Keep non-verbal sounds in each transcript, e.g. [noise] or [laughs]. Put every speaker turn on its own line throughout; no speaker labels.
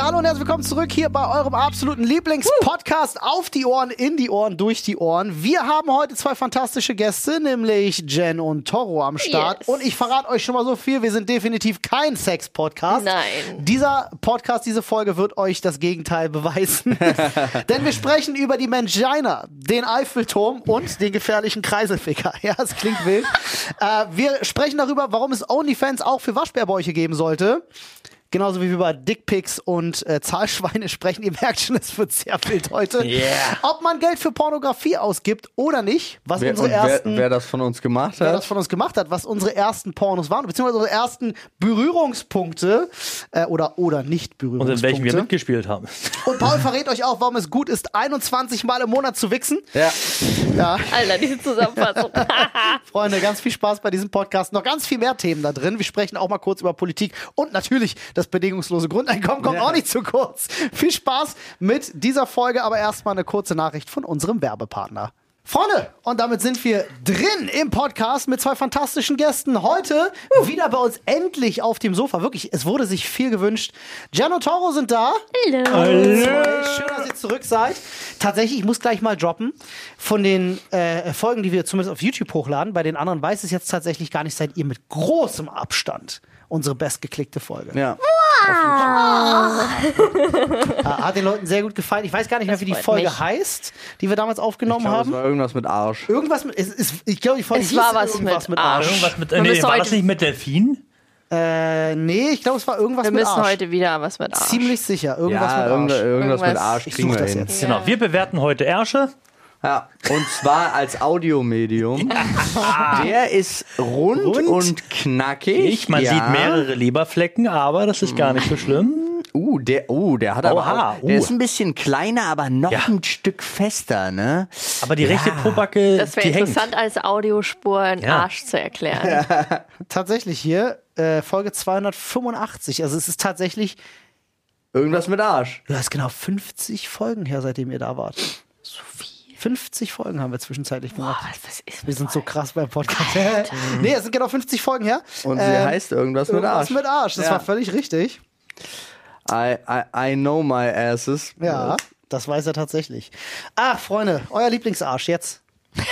hallo und herzlich willkommen zurück hier bei eurem absoluten Lieblingspodcast auf die Ohren, in die Ohren, durch die Ohren. Wir haben heute zwei fantastische Gäste, nämlich Jen und Toro am Start.
Yes.
Und ich verrate euch schon mal so viel, wir sind definitiv kein Sex-Podcast.
Nein.
Dieser Podcast, diese Folge wird euch das Gegenteil beweisen. [laughs] Denn wir sprechen über die Mangina, den Eiffelturm und den gefährlichen Kreiselficker. [laughs] Ja, es klingt wild. äh, wir sprechen darüber, warum es OnlyFans auch für Waschbärbäuche geben sollte. Genauso wie wir über Dickpics und äh, Zahlschweine [laughs] sprechen. Ihr merkt schon, es wird sehr wild heute.
Yeah.
Ob man Geld für Pornografie ausgibt oder nicht, was
Wer,
unsere
und wer,
ersten
wer das von uns gemacht
wer
hat,
das von uns gemacht hat, was unsere ersten Pornos waren, beziehungsweise unsere ersten Berührungspunkte äh, oder, oder nicht
Und
Berührungspunkte.
in welchen wir mitgespielt haben.
Und Paul verrät euch auch, warum es gut ist, 21 Mal im Monat zu wichsen.
ja,
Alter, diese [laughs] Zusammenfassung.
Freunde, ganz viel Spaß bei diesem Podcast. Noch ganz viel mehr Themen da drin. Wir sprechen auch mal kurz über Politik und natürlich das bedingungslose Grundeinkommen kommt auch nicht zu kurz. Viel Spaß mit dieser Folge, aber erstmal eine kurze Nachricht von unserem Werbepartner. Freunde, und damit sind wir drin im Podcast mit zwei fantastischen Gästen. Heute wieder bei uns endlich auf dem Sofa. Wirklich, es wurde sich viel gewünscht. Gian und Toro sind da. Schön, dass ihr zurück seid. Tatsächlich, ich muss gleich mal droppen. Von den äh, Folgen, die wir zumindest auf YouTube hochladen, bei den anderen weiß es jetzt tatsächlich gar nicht, seid ihr mit großem Abstand unsere bestgeklickte Folge.
ja.
Äh, hat den Leuten sehr gut gefallen. Ich weiß gar nicht mehr, wie die
freut
Folge
mich.
heißt, die wir damals aufgenommen
Aber es
haben.
war irgendwas mit Arsch.
Irgendwas mit, es, es, ich glaube, die Folge
Es
hieß
war was
irgendwas
mit Arsch.
Irgendwas mit,
Man
nee,
müsste
war
heute-
das nicht mit Delfin?
Äh, nee, ich glaube, es war irgendwas
Wir
mit
müssen
Arsch.
heute wieder was mit Arsch.
Ziemlich sicher, irgendwas
Ja,
mit
irgend-
Arsch.
irgendwas mit
Irgendwas.
Arsch
Ich
kriegen
such
wir
das
hin.
jetzt.
Genau. Wir bewerten heute Ärsche.
Ja. Und zwar als Audiomedium. [laughs] Der ist rund,
Rund.
und knackig.
Ich, man
ja.
sieht mehrere Leberflecken, aber das ist gar nicht so schlimm.
Uh, der, uh, der hat
Oha,
aber auch, Der
uh.
ist ein bisschen kleiner, aber noch
Ja.
ein Stück fester, ne?
Aber die rechte Pobacke,
Das
die
wäre
hängt.
interessant, als Audiospur einen
Ja.
Arsch zu erklären.
Tatsächlich hier, äh, Folge 285. Also es ist tatsächlich
Irgendwas mit Arsch.
Du hast genau 50 Folgen her, seitdem ihr da wart. So viel. 50 Folgen haben wir zwischenzeitlich gemacht.
Oh, Was, was ist
wir
mit
sind so
euch?
krass beim Podcast. [laughs] nee, es sind genau 50 Folgen her.
Und sie
Ähm,
heißt irgendwas,
irgendwas
mit
mit Arsch. Das
Ja.
war völlig richtig.
Arsch. I, I, I know my asses.
Ja, das weiß er tatsächlich. Ach, Freunde, euer Lieblingsarsch jetzt.
Euer
ist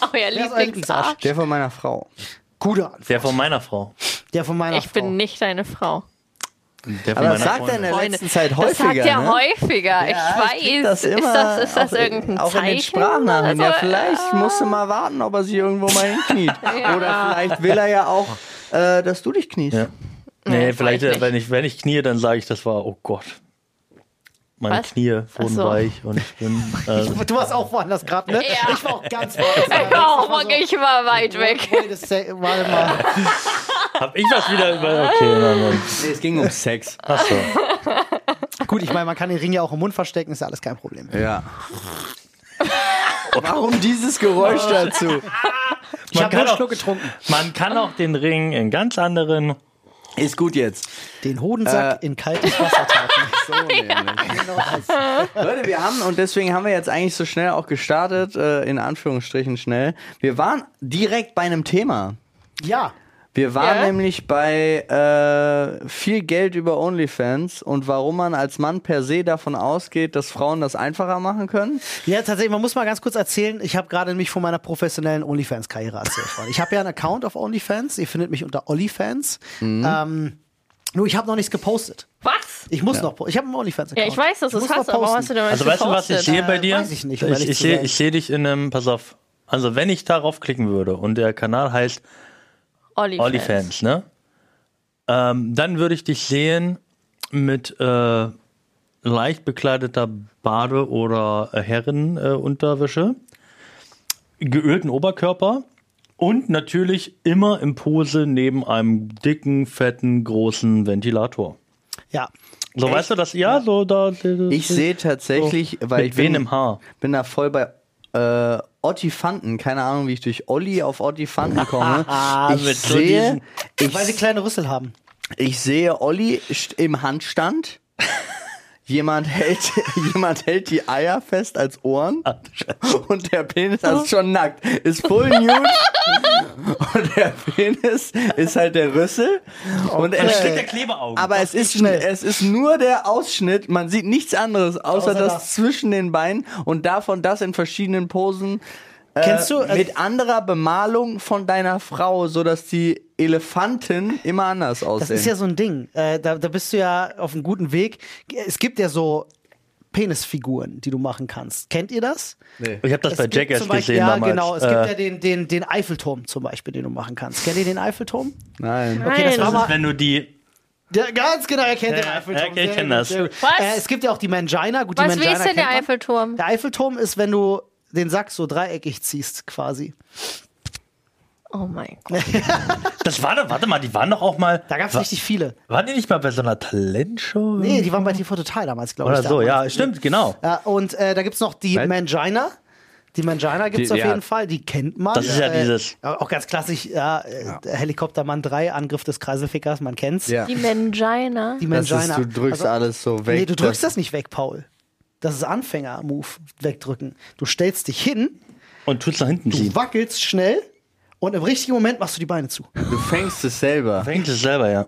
euer Lieblingsarsch?
Lieblingsarsch.
Der von meiner Frau.
Gute Antwort.
Der von meiner Frau.
Der von meiner
Ich
Frau.
bin nicht deine Frau.
Der von
Aber das
meiner
sagt er in
Freundin.
der
Freunde.
letzten Zeit häufiger.
das sagt er
ne?
häufiger.
Ja,
ich
krieg
weiß.
das immer
ist das, ist das
auch,
irgendein
auch
Zeichen?
in den Sprachnachrichten. Ja,
Also, [laughs]
vielleicht musst du mal warten, ob er sich irgendwo mal hinkniet.
Ja.
Oder vielleicht will er ja auch, äh, dass du dich kniest.
Ja.
Nee,
Nee,
das
vielleicht, äh,
weiß ich
wenn, ich, wenn ich knie, dann sage ich, das war, oh Gott. Meine
Was?
Knie
Ach
wurden
so.
weich und ich [laughs] bin. Äh,
du warst auch woanders gerade, ne?
Ja.
Ich war auch ganz woanders.
äh,
also
oh, Mann, ich war weit weg.
Wait a sec- Warte mal.
hab ich was wieder über. Okay, nein, nein.
Nee, es ging um Sex.
Achso.
Gut, ich meine, man kann den Ring ja auch im Mund verstecken, ist ja alles kein Problem.
[laughs] Ja. Warum dieses Geräusch dazu?
Ich habe
kann
einen
auch-
Schluck getrunken.
Man kann auch den Ring in ganz anderen.
Ist gut jetzt.
Den Hodensack
Äh.
in kaltes Wasser tauchen.
So nämlich. Leute, wir haben, und deswegen haben wir jetzt eigentlich so schnell auch gestartet, äh, in Anführungsstrichen schnell. Wir waren direkt bei einem Thema.
ja.
Wir waren
Ja?
nämlich bei äh, viel Geld über OnlyFans und warum man als Mann per se davon ausgeht, dass Frauen das einfacher machen können.
Ja, tatsächlich, man muss mal ganz kurz erzählen, ich habe gerade nämlich von meiner professionellen OnlyFans-Karriere erzählt. Freunde. Ich habe ja einen Account auf OnlyFans, ihr findet mich unter OnlyFans.
Mhm.
Ähm, nur ich habe noch nichts gepostet.
Was?
Ich muss noch noch po- Ich habe einen OnlyFans-Account.
Ja, ich weiß, dass du es
muss noch
hast, aber warum
posten.
hast du denn noch
Also,
nicht
weißt du, was ich
gepostet?
sehe bei
Äh,
dir?
weiß ich nicht, um
ich
ehrlich
ich
zu
sehe
sein.
ich sehe dich in einem. Pass auf. Also, wenn ich darauf klicken würde und der Kanal heißt OnlyFans, ne? Ähm, dann würde ich dich sehen mit äh, leicht bekleideter Bade- oder äh, Herrenunterwäsche, geölten Oberkörper und natürlich immer im Pose neben einem dicken, fetten, großen Ventilator.
Ja.
So, weißt du das? Ja, so da.
Ich sehe tatsächlich, weil
mit
ich
wen
bin,
im Haar?
bin da voll bei äh, Ottifanten. Keine Ahnung, wie ich durch Olli auf Ottifanten komme. ich,
[laughs] mit so
sehe,
Weil sie
ich,
kleine Rüssel haben.
ich sehe Olli st- im Handstand. jemand hält, [laughs] jemand hält die Eier fest als Ohren
Ah, Scheiße.
und der Penis also ist schon nackt. Ist full nude und der Penis ist halt der Rüssel und er
Da steht der Klebeaugen.
aber es ist, schnell. es ist nur der Ausschnitt. Man sieht nichts anderes, außer,
Außer
das,
das.
zwischen den Beinen und davon das in verschiedenen Posen. äh,
Kennst du, äh,
mit anderer Bemalung von deiner Frau, so dass die Elefanten immer anders aussehen.
Das ist ja so ein Ding. Äh, da, da bist du ja auf einem guten Weg. Es gibt ja so Penisfiguren, die du machen kannst. Kennt ihr das?
ich habe das bei
gibt
Jackass
zum Beispiel,
gesehen
Ja,
damals.
genau. Es
Äh,
gibt ja den, den, den Eiffelturm zum Beispiel, den du machen kannst. Kennt ihr den Eiffelturm?
Nein.
Okay, das
Nein.
war
das ist,
mal.
wenn du die.
Der, ganz genau, er kennt den
Ja,
Eiffelturm.
ja, ich
Sehr
kenn
gut,
das.
sehr gut.
Was?
Äh, es gibt ja auch die Mangina. Gut,
Was,
die
wie
Mangina
ist denn der
kennt man.
Eiffelturm?
Der Eiffelturm ist, wenn du den Sack so dreieckig ziehst, quasi.
Oh mein Gott.
Das war doch, warte mal, die waren doch auch mal.
Da gab es
wa-
richtig viele.
Waren die nicht mal bei so einer Talentshow?
Nee, die waren bei TV Total damals, glaube ich.
Oder so,
damals.
ja, stimmt, genau.
Ja, und äh, da gibt's noch die
Was?
Mangina. Die Mangina gibt's
Die-
auf
ja.
jeden Fall, die kennt man.
Das ist ja
äh,
dieses-
Auch ganz klassisch, ja, äh, der Helikoptermann 3, Angriff des Kreiselfickers, man kennt's.
Ja.
Die Mangina.
Die
Das
Mangina.
ist, du drückst
also,
alles so weg.
Nee, du drückst das nicht weg, Paul. Das ist Anfänger-Move, wegdrücken. Du stellst dich hin,
Und tut's nach hinten
du
ziehen.
wackelst schnell und im richtigen Moment machst du die Beine zu.
Du fängst es selber.
Fängt es selber, ja.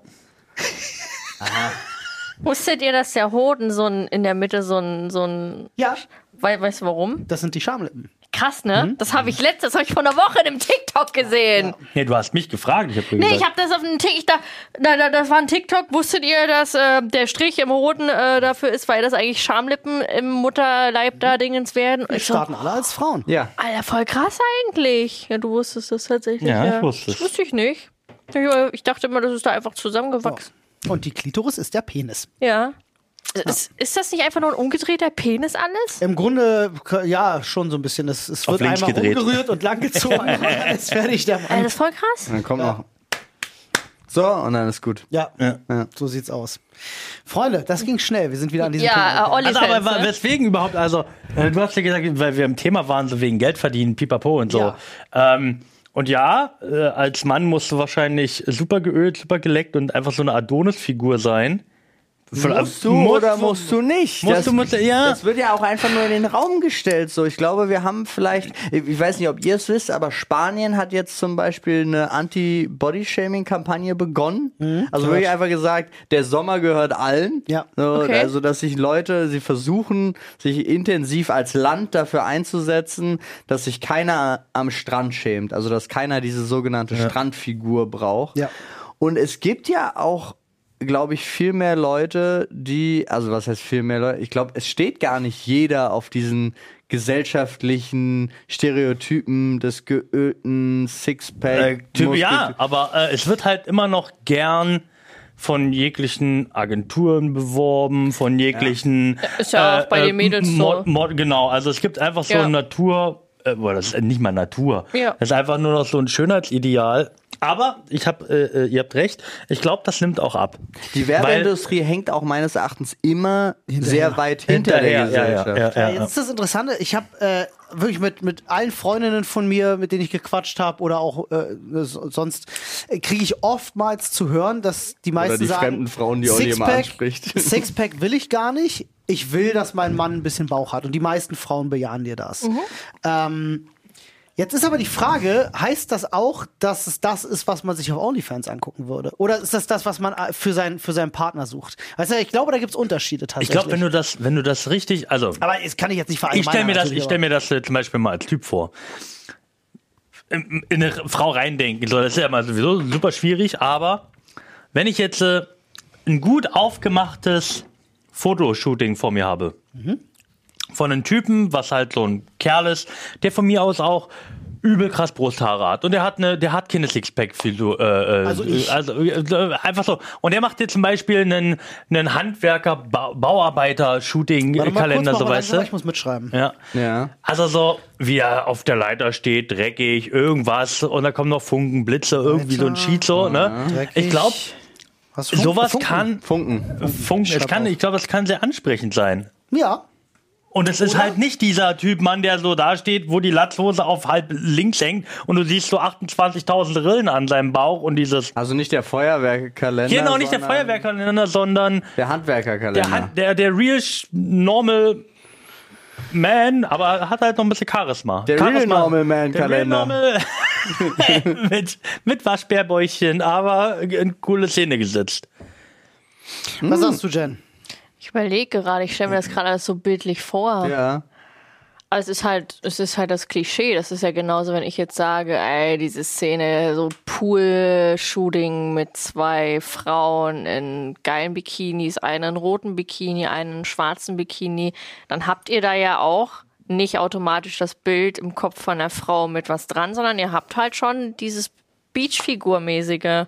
Wusstet ihr, dass der Hoden so ein, in der Mitte so ein, so ein,
Ja,
wei- weißt du warum?
das sind die Schamlippen.
Krass, ne? Das habe ich letztes, das habe ich vor einer Woche in einem TikTok gesehen.
Nee, du hast mich gefragt. Ich hab dir
Nee,
gesagt,
ich habe das auf einem TikTok, da, da, da, das war ein TikTok, wusstet ihr, dass äh, der Strich im Roten äh, dafür ist, weil das eigentlich Schamlippen im Mutterleib da Dingens werden? Und
Die
ich so,
starten alle als Frauen.
Ja.
Alter, voll krass eigentlich. Ja, du wusstest das tatsächlich.
Ja, ich wusste es.
Das wusste ich nicht. Ich- Ich dachte immer, das ist da einfach zusammengewachsen.
Und die Klitoris ist der Penis.
Ja. Ist, ist das nicht einfach nur ein umgedrehter Penis alles?
Im Grunde, ja, schon so ein bisschen. Es, es wird
links
einmal
gedreht.
umgerührt und
[laughs]
langgezogen. und dann ist fertig der
Alter,
Mann.
das ist voll krass.
Dann kommt noch. So, und dann ist gut.
Ja,
Ja.
so sieht's aus. Freunde, das ging schnell. Wir sind wieder an diesem
Ja, äh,
Punkt.
Olli
Also, aber wa-
ne?
weswegen überhaupt? Also, äh, du hast ja gesagt, weil wir im Thema waren, so wegen Geld verdienen, pipapo und so.
Ja.
Ähm, und ja, äh, als Mann musst du wahrscheinlich super geölt, super geleckt und einfach so eine Adonis-Figur sein.
Musst du oder musst du nicht?
musst
das,
du- musst du- ja.
das wird ja auch einfach nur in den Raum gestellt. So, ich glaube, wir haben vielleicht, ich ich weiß nicht, ob ihr es wisst, aber Spanien hat jetzt zum Beispiel eine Anti-Body-Shaming-Kampagne begonnen. Also wirklich einfach gesagt, der Sommer gehört allen.
Ja.
So,
Okay.
Also, dass sich Leute, sie versuchen, sich intensiv als Land dafür einzusetzen, dass sich keiner am Strand schämt. Also, dass keiner diese sogenannte Strandfigur braucht.
Ja.
Und es gibt ja auch, glaube ich, viel mehr Leute, die, also was heißt viel mehr Leute? Ich glaube, es steht gar nicht jeder auf diesen gesellschaftlichen Stereotypen des geölten
Äh,
Sixpack.
Typ, ja,
Muskel-
aber äh, es wird halt immer noch gern von jeglichen Agenturen beworben, von jeglichen.
Äh,
äh,
Ist ja auch bei den Mädels
Mod,
so.
Mod, genau, also es gibt einfach so
Ja.
Natur, äh, boah, das ist nicht mal Natur.
Ja.
Das ist einfach nur noch so ein Schönheitsideal. Aber ich hab, äh, äh, ihr habt recht, ich glaube, das nimmt auch ab.
Die Werbeindustrie hängt auch meines Erachtens immer sehr weit hinter der
hinterher, ja,
Gesellschaft.
ja, ja, ja,
Äh, Jetzt ist das Interessante, ich habe äh, wirklich mit, mit allen Freundinnen von mir, mit denen ich gequatscht habe oder auch äh, so- sonst, äh, kriege ich oftmals zu hören, dass die meisten
die
sagen,
fremden Frauen, die Olli immer anspricht.
[laughs] Sixpack will ich gar nicht, ich will, dass mein Mann ein bisschen Bauch hat und die meisten Frauen bejahen dir das. Ähm, jetzt ist aber die Frage, heißt das auch, dass es das ist, was man sich auf OnlyFans angucken würde? Oder ist das das, was man äh, für, sein, für seinen Partner sucht? Weißt du, ich glaube, da gibt es Unterschiede
Ich
tatsächlich.
glaube, wenn du das, wenn du das richtig, also
aber das kann ich jetzt nicht
ich
verallgemeinern.
stelle mir das,
natürlich,
ich
aber-
stell mir das äh, zum Beispiel mal als Typ vor. In in eine Frau reindenken, so, das ist ja mal sowieso super schwierig, aber wenn ich jetzt äh, ein gut aufgemachtes Fotoshooting vor mir habe,
Mhm.
von einem Typen, was halt so ein Kerl ist, der von mir aus auch übel krass Brusthaare hat und der hat eine, der hat keine Sixpack-Figur, äh, äh,
Also ich.
also äh, äh, einfach so. Und der macht dir zum Beispiel einen, einen Handwerker, Bau, Bauarbeiter, Shooting,
Warte mal kurz,
Kalender,
mach
so
mal
weißt
langsam,
du.
Ich muss mitschreiben.
Ja.
Ja.
Also so, wie er auf der Leiter steht, dreckig, irgendwas und da kommen noch Funken, Blitze, irgendwie so ein Cheat so, ne? Ich glaube,
Hast du Funk-
sowas
Funken?
kann
Funken.
Funken, es kann, ich glaube, es kann sehr ansprechend sein.
Ja.
Und es ist halt nicht dieser Typ Mann, der so dasteht, wo die Latzhose auf halb links hängt und du siehst so 28.000 Rillen an seinem Bauch und dieses.
Also nicht der Feuerwerkerkalender.
Genau, nicht der
sondern
Feuerwehrkalender, sondern
Der Handwerkerkalender.
der, hat, der, der real sch- normal man, aber hat halt noch ein bisschen Charisma.
Der
Charisma.
Real Normal Man
Der real
Kalender.
normal [laughs] mit, mit Waschbärbäuchchen, aber in coole Szene gesetzt. Hm.
Was sagst du, Jen?
Ich überlege gerade, ich stelle mir das gerade alles so bildlich vor.
Ja.
Aber es ist halt, es ist halt das Klischee. Das ist ja genauso, wenn ich jetzt sage, ey, diese Szene, so Pool-Shooting mit zwei Frauen in geilen Bikinis, einen roten Bikini, einen schwarzen Bikini, dann habt ihr da ja auch nicht automatisch das Bild im Kopf von der Frau mit was dran, sondern ihr habt halt schon dieses Beachfigur-mäßige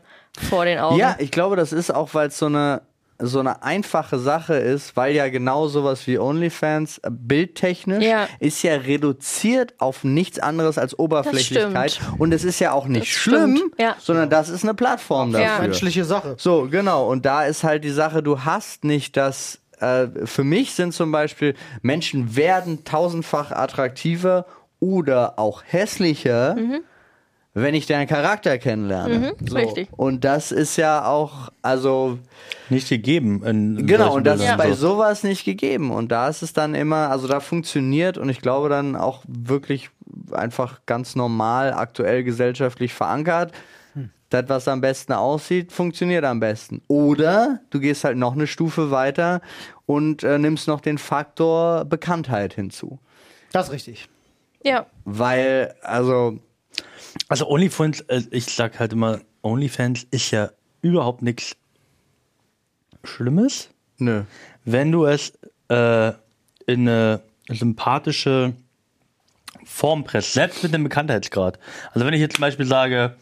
vor den Augen.
Ja, ich glaube, das ist auch, weil es so eine, so eine einfache Sache ist, weil ja genau sowas wie OnlyFans äh, bildtechnisch
Ja.
ist ja reduziert auf nichts anderes als Oberflächlichkeit. Und es ist ja auch nicht
Das
schlimm,
stimmt, ja.
sondern das ist eine Plattform dafür.
Ja.
Menschliche Sache.
So, genau. Und da ist halt die Sache, du hast nicht das. Äh, für mich sind zum Beispiel Menschen werden tausendfach attraktiver oder auch hässlicher, wenn ich deren Charakter kennenlerne.
Mhm, richtig.
Und das ist ja auch, also
Nicht gegeben. In
genau,
solchen
und das ist
Bildern. Also
bei sowas nicht gegeben. Und da ist es dann immer, also da funktioniert und ich glaube dann auch wirklich einfach ganz normal, aktuell gesellschaftlich verankert.
Hm.
Das, was am besten aussieht, funktioniert am besten. Oder du gehst halt noch eine Stufe weiter und äh, nimmst noch den Faktor Bekanntheit hinzu.
Das ist richtig.
ja.
Weil, also,
Also OnlyFans, äh, ich sag halt immer, OnlyFans ist ja überhaupt nichts Schlimmes,
nö.
wenn du es äh, in eine sympathische Form presst, selbst mit dem Bekanntheitsgrad. Also wenn ich jetzt zum Beispiel sage,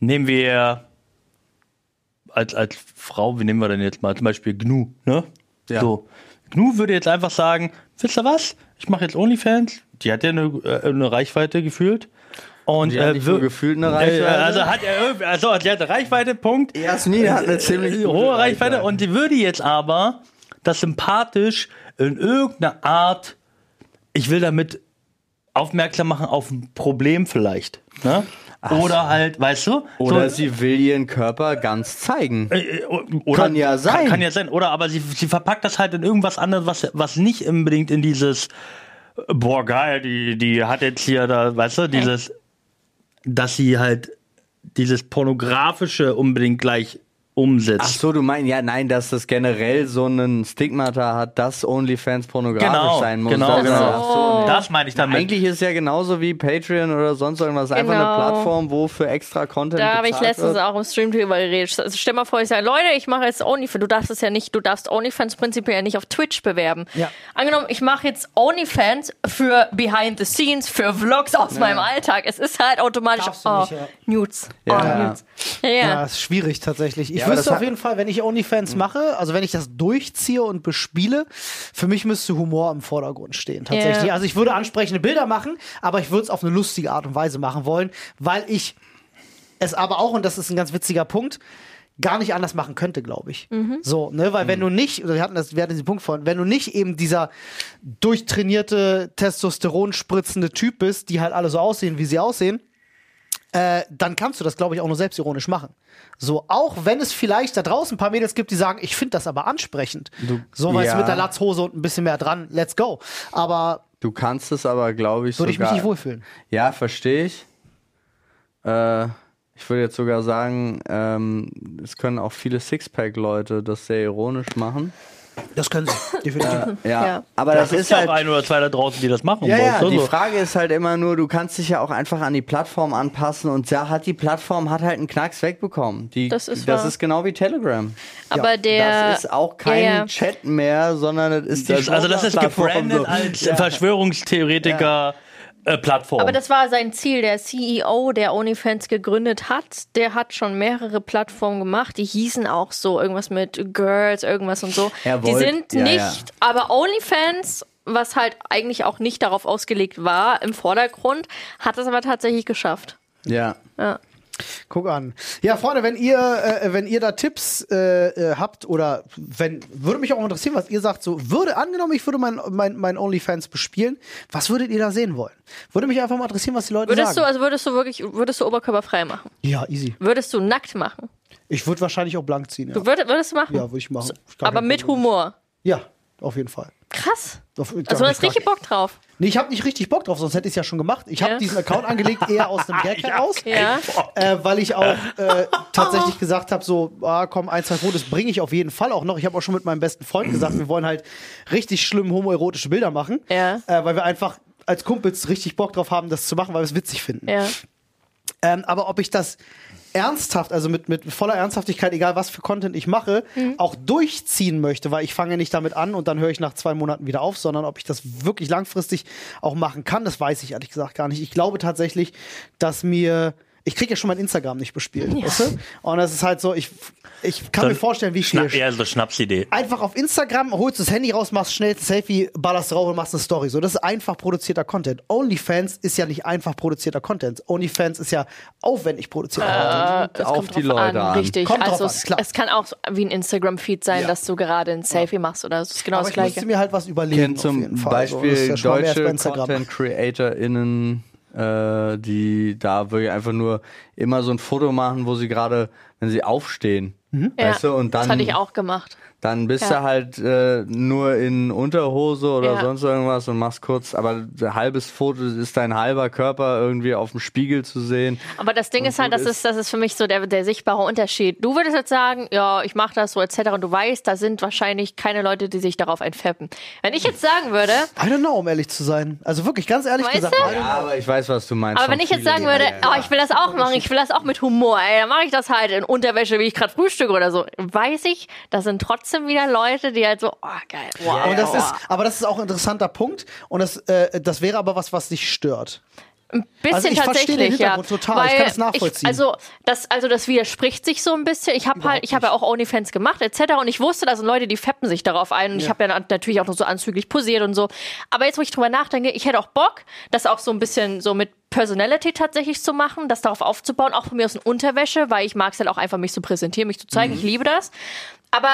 nehmen wir als, als Frau, wie nehmen wir denn jetzt mal zum Beispiel Gnu, ne?
Ja.
So. Gnu würde jetzt einfach sagen, wisst ihr was? Ich mache jetzt OnlyFans. Die hat ja eine, äh, eine Reichweite gefühlt. Und
Die hat
äh,
nicht
wir-
nur gefühlt eine
äh,
Reichweite.
Also hat er irgendwie, also sie hat eine Reichweite, Punkt.
Jasmin hat eine ziemlich
Äh,
gute
hohe Reichweite.
Reichweite.
und sie würde jetzt aber das sympathisch in irgendeiner Art, ich will damit aufmerksam machen auf ein Problem vielleicht. Ne? Oder halt, weißt du?
Oder
so,
sie will ihren Körper ganz zeigen.
äh, oder,
Kann ja sein.
Kann, kann ja sein. Oder aber sie, sie verpackt das halt in irgendwas anderes, was, was nicht unbedingt in dieses äh, boah geil, die, die hat jetzt hier da, weißt du, dieses, dass sie halt dieses pornografische unbedingt gleich umsetzt.
Ach so, du meinst, ja, nein, dass das generell so einen Stigmata hat, dass OnlyFans pornografisch
Genau,
sein muss.
genau,
Das-
genau.
Ach so, nee.
Das meine ich damit.
Eigentlich ist es ja genauso wie Patreon oder sonst irgendwas einfach eine
Genau.
Plattform, wo für extra Content
Da habe ich
bezahlt
letztens
wird.
auch im Stream drüber geredet. Also stell mal vor, ich sage, Leute, ich mache jetzt OnlyFans. Du darfst es ja nicht, du darfst OnlyFans prinzipiell nicht auf Twitch bewerben.
Ja.
Angenommen, ich mache jetzt OnlyFans für Behind the Scenes, für Vlogs aus meinem Alltag. Es ist halt automatisch
Darfst du
oh,
nicht, ja.
Nudes.
Ja.
Oh, Nudes. Ja, ja.
Ja, ist schwierig tatsächlich. Ich
aber das
wüsste auf
hat- Hm.
jeden Fall, wenn ich OnlyFans mache, also wenn ich das durchziehe und bespiele, für mich müsste Humor im Vordergrund stehen tatsächlich.
Ja.
Also ich würde ansprechende Bilder machen, aber ich würde es auf eine lustige Art und Weise machen wollen, weil ich es aber auch, und das ist ein ganz witziger Punkt, gar nicht anders machen könnte, glaube ich.
Mhm.
So, ne, weil
Mhm.
wenn du nicht, oder wir hatten das, wir hatten diesen Punkt vorhin, wenn du nicht eben dieser durchtrainierte, Testosteron spritzende Typ bist, die halt alle so aussehen, wie sie aussehen, äh, dann kannst du das, glaube ich, auch nur selbstironisch machen. So, auch wenn es vielleicht da draußen ein paar Mädels gibt, die sagen, ich finde das aber ansprechend. so, weißt du,
ja.
mit der Latzhose und ein bisschen mehr dran, let's go. Aber
Du kannst es aber, glaube ich,
würde ich mich
sogar...
nicht wohlfühlen.
Ja, verstehe ich. Äh, ich würde jetzt sogar sagen, ähm, es können auch viele Sixpack-Leute das sehr ironisch machen.
Das können sie, [laughs] definitiv.
Ja,
Ja.
aber
das
das,
ist,
ist
ja
halt
auch ein oder zwei da draußen, die das machen.
Ja,
wollen,
ja,
so,
die
so.
Frage ist halt immer nur, du kannst dich ja auch einfach an die Plattform anpassen und da hat die Plattform hat halt einen Knacks wegbekommen. Die,
Das ist
das
wahr.
ist genau wie Telegram.
Aber der.
das ist auch kein
Ja, ja.
Chat mehr, sondern das ist die
Das, also das ist
Schwurbler-Plattform
gebrandet
so.
als äh,
ja.
Verschwörungstheoretiker-Plattform.
Aber das war sein Ziel. Der CEO, der OnlyFans gegründet hat, der hat schon mehrere Plattformen gemacht. Die hießen auch so irgendwas mit Girls, irgendwas und so.
Er
die
wollte-
sind
ja,
nicht,
ja.
aber OnlyFans, was halt eigentlich auch nicht darauf ausgelegt war, im Vordergrund, hat es aber tatsächlich geschafft.
ja.
Ja.
Guck an. Ja, Freunde, wenn ihr, äh, wenn ihr da Tipps äh, äh, habt oder wenn, würde mich auch interessieren, was ihr sagt, so würde, angenommen, ich würde mein, mein, mein OnlyFans bespielen, was würdet ihr da sehen wollen? Würde mich einfach mal interessieren, was die Leute
Würdest du,
sagen.
also würdest du wirklich, würdest du oberkörperfrei machen?
ja, easy.
Würdest du nackt machen?
Ich würde wahrscheinlich auch blank ziehen. Ja,
Du würdest, würdest du machen?
ja würde ich machen. Ist gar
Aber
kein
mit
Problem.
Humor.
Ja, auf jeden Fall.
Krass.
Auf, gar
Also du
nicht
hast richtig
stark.
Bock drauf.
Nee, ich habe nicht richtig Bock drauf, sonst hätte ich es ja schon gemacht. Ich habe
Ja.
diesen Account angelegt eher
[laughs]
aus einem Gag heraus.
Ja.
Äh, weil ich auch äh, tatsächlich gesagt habe, so, ah, komm, ein, zwei Fotos bringe ich auf jeden Fall auch noch. Ich habe auch schon mit meinem besten Freund gesagt, wir wollen halt richtig schlimm homoerotische Bilder machen,
Ja.
äh, weil wir einfach als Kumpels richtig Bock drauf haben, das zu machen, weil wir es witzig finden.
Ja.
Ähm, aber ob ich das ernsthaft, also mit, mit voller Ernsthaftigkeit, egal was für Content ich mache, auch durchziehen möchte, weil ich fange nicht damit an und dann höre ich nach zwei Monaten wieder auf, sondern ob ich das wirklich langfristig auch machen kann, das weiß ich ehrlich gesagt gar nicht. Ich glaube tatsächlich, dass mir. Ich kriege ja schon mein Instagram nicht bespielt, weißt du? Und das ist halt so, ich, ich kann
So
mir vorstellen, wie ich
Schna
hier
eher so Schnapsidee.
Also,
einfach auf Instagram, holst das Handy raus, machst schnell ein Selfie, ballerst drauf und machst eine Story. So, das ist einfach produzierter Content. OnlyFans ist ja nicht einfach produzierter Content. OnlyFans ist ja aufwendig produzierter
Ah.
Content.
Es
auf
kommt
die
drauf
Leute an.
Richtig.
Kommt drauf
also
an,
es,
klar.
es kann auch so wie ein Instagram-Feed sein,
Ja.
dass du gerade ein Selfie machst oder es ist genau
Aber ich
das
musste
gleiche.
mir halt was überlegen.
kenne
auf
zum
jeden Fall. Also, das ist
Beispiel
ja schon mal mehr als bei
deutsche
Instagram.
Content-CreatorInnen, äh, die da wirklich einfach nur immer so ein Foto machen, wo sie gerade, wenn sie aufstehen, weißt du, und
das
dann,
hatte ich auch gemacht.
dann bist
Ja.
du halt äh, nur in Unterhose oder
Ja.
sonst irgendwas und machst kurz, aber ein halbes Foto ist dein halber Körper irgendwie auf dem Spiegel zu sehen.
Aber das Ding ist halt,
gut
das ist, das ist für mich so der, der sichtbare Unterschied. Du würdest jetzt sagen, ja, ich mache das so etc. Und du weißt, da sind wahrscheinlich keine Leute, die sich darauf einfäppen. Wenn ich jetzt sagen würde,
I don't know, um ehrlich zu sein. Also wirklich, ganz ehrlich
Weißt
gesagt.
du?
I don't
Ja, aber ich weiß, was du meinst.
aber wenn
Schon
ich jetzt
viele,
sagen würde,
die-
oh, ich will das auch machen, ich will das auch mit Humor, ey, dann mache ich das halt in Unterwäsche, wie ich gerade frühstücke oder so. Weiß ich, da sind trotzdem wieder Leute, die halt so, oh geil, wow.
Und das
wow.
ist, aber das ist auch ein interessanter Punkt. Und das, äh, das bisschen aber was, was dich stört.
bisschen
Also ich verstehe den
tatsächlich, ja.
Hintergrund total. Ich kann das nachvollziehen.
also, das, also das widerspricht sich so ein bisschen. Ich habe halt, ich habe ja auch OnlyFans gemacht etc. Und ich wusste, da sind Leute, die feppen sich darauf ein. Und ich habe ja na- natürlich auch noch so anzüglich posiert und so. Aber jetzt, wo ich drüber nachdenke, ich hätte auch Bock, das auch so ein bisschen so mit Personality tatsächlich zu machen, das darauf aufzubauen, auch von mir aus in Unterwäsche, weil ich mag es halt auch einfach, mich zu präsentieren, mich zu zeigen.
Mhm.
Ich liebe das. Aber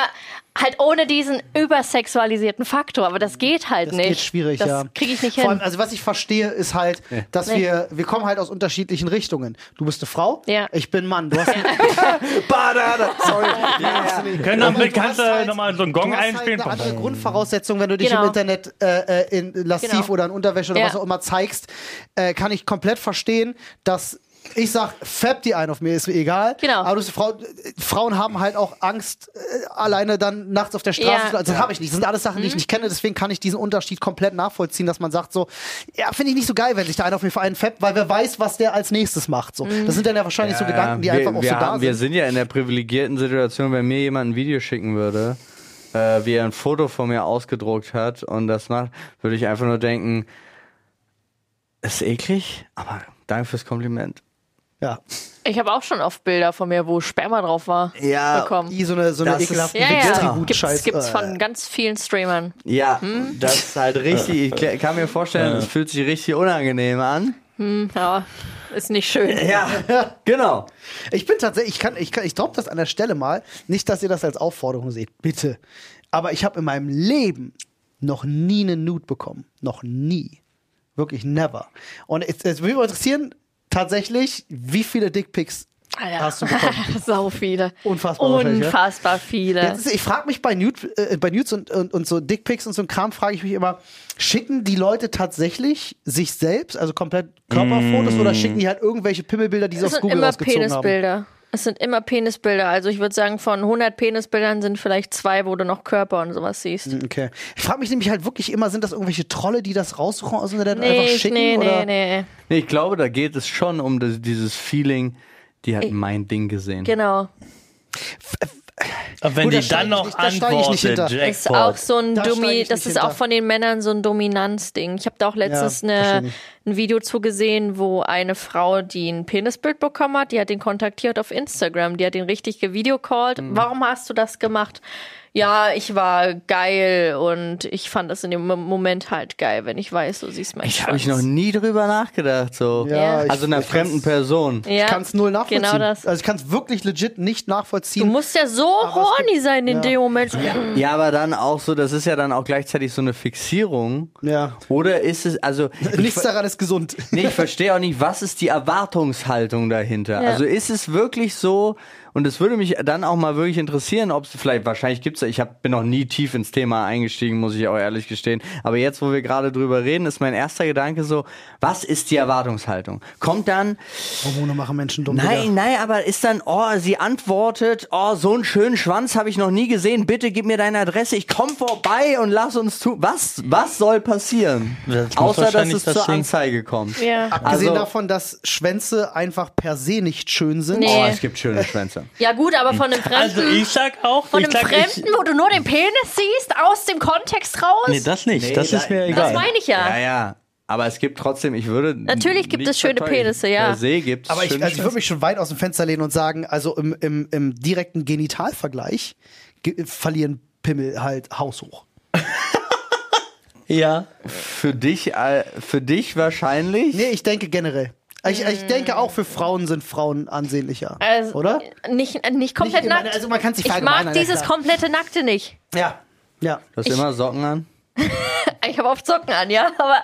halt ohne diesen übersexualisierten Faktor. Aber das geht halt
Das
nicht.
geht schwierig,
das
ja.
kriege ich nicht
Vor
hin.
Allem, also was ich verstehe, ist halt, dass
Nee.
wir, wir kommen halt aus unterschiedlichen Richtungen. Du bist eine Frau,
Ja.
ich bin ein Mann. Du hast eine
Banane. Sorry.
Können
Aber
wir
du
kannst
hast
halt-
du halt nochmal so einen Gong
halt du hast
einspielen?
Halt eine andere Grundvoraussetzung, wenn du dich
Genau.
im Internet äh, äh, in lasziv
Genau.
oder in Unterwäsche oder
Ja.
was auch immer zeigst, äh, kann ich komplett verstehen, dass ich sag, fab die ein auf mir, ist mir egal.
Genau.
Aber du, bist eine Frau, äh, Frauen haben halt auch Angst, äh, alleine dann nachts auf der Straße
Ja. Mhm.
zu Also, das habe ich nicht. Das sind alles Sachen, die ich nicht kenne. Deswegen kann ich diesen Unterschied komplett nachvollziehen, dass man sagt so, ja, finde ich nicht so geil, wenn sich da einer auf mir vereinen fappt, weil wer weiß, was der als nächstes macht. So.
Mhm.
Das sind dann ja wahrscheinlich so Gedanken, die
wir,
einfach auch
wir
so da
haben,
sind.
Wir sind ja in der privilegierten Situation, wenn mir jemand ein Video schicken würde, äh, wie er ein Foto von mir ausgedruckt hat und das macht, würde ich einfach nur denken, ist eklig, aber danke fürs Kompliment.
ja.
Ich habe auch schon oft Bilder von mir, wo Sperma drauf war.
Ja,
Bekommen.
I so eine, so eine
Das ist-
ekelhafte
Ja, ja.
Wichstribut- Scheiß,
Gibt's, gibt's
äh.
von ganz vielen Streamern.
Ja,
Hm?
das ist halt richtig, ich kle- kann mir vorstellen, es fühlt sich richtig unangenehm an.
Ja, ist nicht schön. [laughs]
Ja, [laughs] genau.
Ich bin tatsächlich, ich kann, ich kann, ich droppe das an der Stelle mal. Nicht, dass ihr das als Aufforderung seht, bitte. Aber ich habe in meinem Leben noch nie einen Nude bekommen. Noch nie. Wirklich never. Und es, es würde mich interessieren, tatsächlich, wie viele Dickpics
Alter.
hast du bekommen?
Sau viele.
Unfassbar wahrscheinlich, ja?
Unfassbar viele.
Jetzt ist, ich frage mich bei, Nude, äh, bei Nudes und, und, und so Dickpics und so ein Kram, frage ich mich immer, schicken die Leute tatsächlich sich selbst, also komplett Körperfotos,
Mm.
oder schicken die halt irgendwelche Pimmelbilder, die sie
Es
aus
sind
Google
immer
rausgezogen haben?
Penisbilder. Es sind immer Penisbilder. Also ich würde sagen, von 100 Penisbildern sind vielleicht zwei, wo du noch Körper und sowas siehst.
Okay. Ich frage mich nämlich halt wirklich immer, sind das irgendwelche Trolle, die das raussuchen aus dem Internet und einfach
Nee,
schicken?
nee,
oder?
nee, nee.
Nee, ich glaube, da geht es schon um das, dieses Feeling, die hat mein Ding gesehen.
Genau.
Aber wenn
Gut, da
die
steig
dann
ich
noch
nicht- da steig ich nicht
antwortet,
hinter.
Ist auch
Jackpot.
so ein
Da steig
Dummy,
ich
das
nicht
ist auch
hinter.
von den Männern so ein Dominanzding. Ich habe da auch letztens
Ja,
eine,
verstehe
ein Video zu gesehen, wo eine Frau, die ein Penisbild bekommen
Mhm.
hat, die hat den kontaktiert auf Instagram, die hat den richtig gevideocallt. Warum hast du das gemacht? ja, ich war geil und ich fand das in dem Mo- Moment halt geil, wenn ich weiß, du siehst meinen
Ich habe
Schwanz.
ich noch nie drüber nachgedacht. So.
Ja.
ich-
Also einer
ich
fremden Person.
ja.
Ich kann es null nachvollziehen.
Genau das.
Also ich kann es wirklich legit nicht
Du
nachvollziehen.
musst ja so
es
horny sein in dem Moment.
Ja, aber dann auch so, das ist ja dann auch gleichzeitig so eine Fixierung.
ja.
Oder ist es, also. ich
Nichts
ver-
daran ist gesund.
Nee, ich verstehe auch nicht, was ist die Erwartungshaltung dahinter?
Ja.
Also ist es wirklich so, und es würde mich dann auch mal wirklich interessieren, ob es vielleicht, wahrscheinlich gibt's ich hab, bin noch nie tief ins Thema eingestiegen, muss ich auch ehrlich gestehen. Aber jetzt, wo wir gerade drüber reden, ist mein erster Gedanke so, was ist die Erwartungshaltung? Kommt dann,
Hormone machen Menschen dumm.
Nein,
Digga.
nein, aber ist dann, oh, sie antwortet, oh, so einen schönen Schwanz habe ich noch nie gesehen, bitte gib mir deine Adresse, ich komm vorbei und lass uns tun. Was, was soll passieren?
Das muss
Außer, dass
wahrscheinlich
es
das
zur
Ding-
Anzeige kommt.
Ja.
Abgesehen
also-
davon, dass Schwänze einfach per se nicht schön sind.
Nee.
Oh, es gibt schöne Schwänze.
Ja gut, aber von einem Fremden,
Also ich sag auch,
von
ich
einem
sag,
Fremden,
ich,
wo du nur den Penis siehst, aus dem Kontext raus.
Nee, das nicht.
Nee,
das
da-
ist
[laughs]
mir
das
egal.
das meine ich ja.
Ja, ja. Aber es gibt trotzdem, ich würde.
Natürlich gibt
nicht
es schöne
verteufeln.
Penisse, ja.
Per se gibt es
Aber ich,
schöne
also ich würde
Schwänze.
mich schon weit aus dem Fenster lehnen und sagen, also im, im, im direkten Genitalvergleich ge verlieren Pimmel halt haushoch.
Ja.
Für dich, äh, für dich wahrscheinlich.
Nee, ich denke generell. Ich, ich denke auch für Frauen sind Frauen ansehnlicher.
Also,
oder?
Nicht, nicht komplett
Nicht-
nackt.
also man kann's nicht
ich
verallgemeinern,
mag
ja,
dieses
klar.
komplette Nackte nicht.
Ja. Ja.
Du hast immer Socken an.
Ich habe oft Socken an, ja. Aber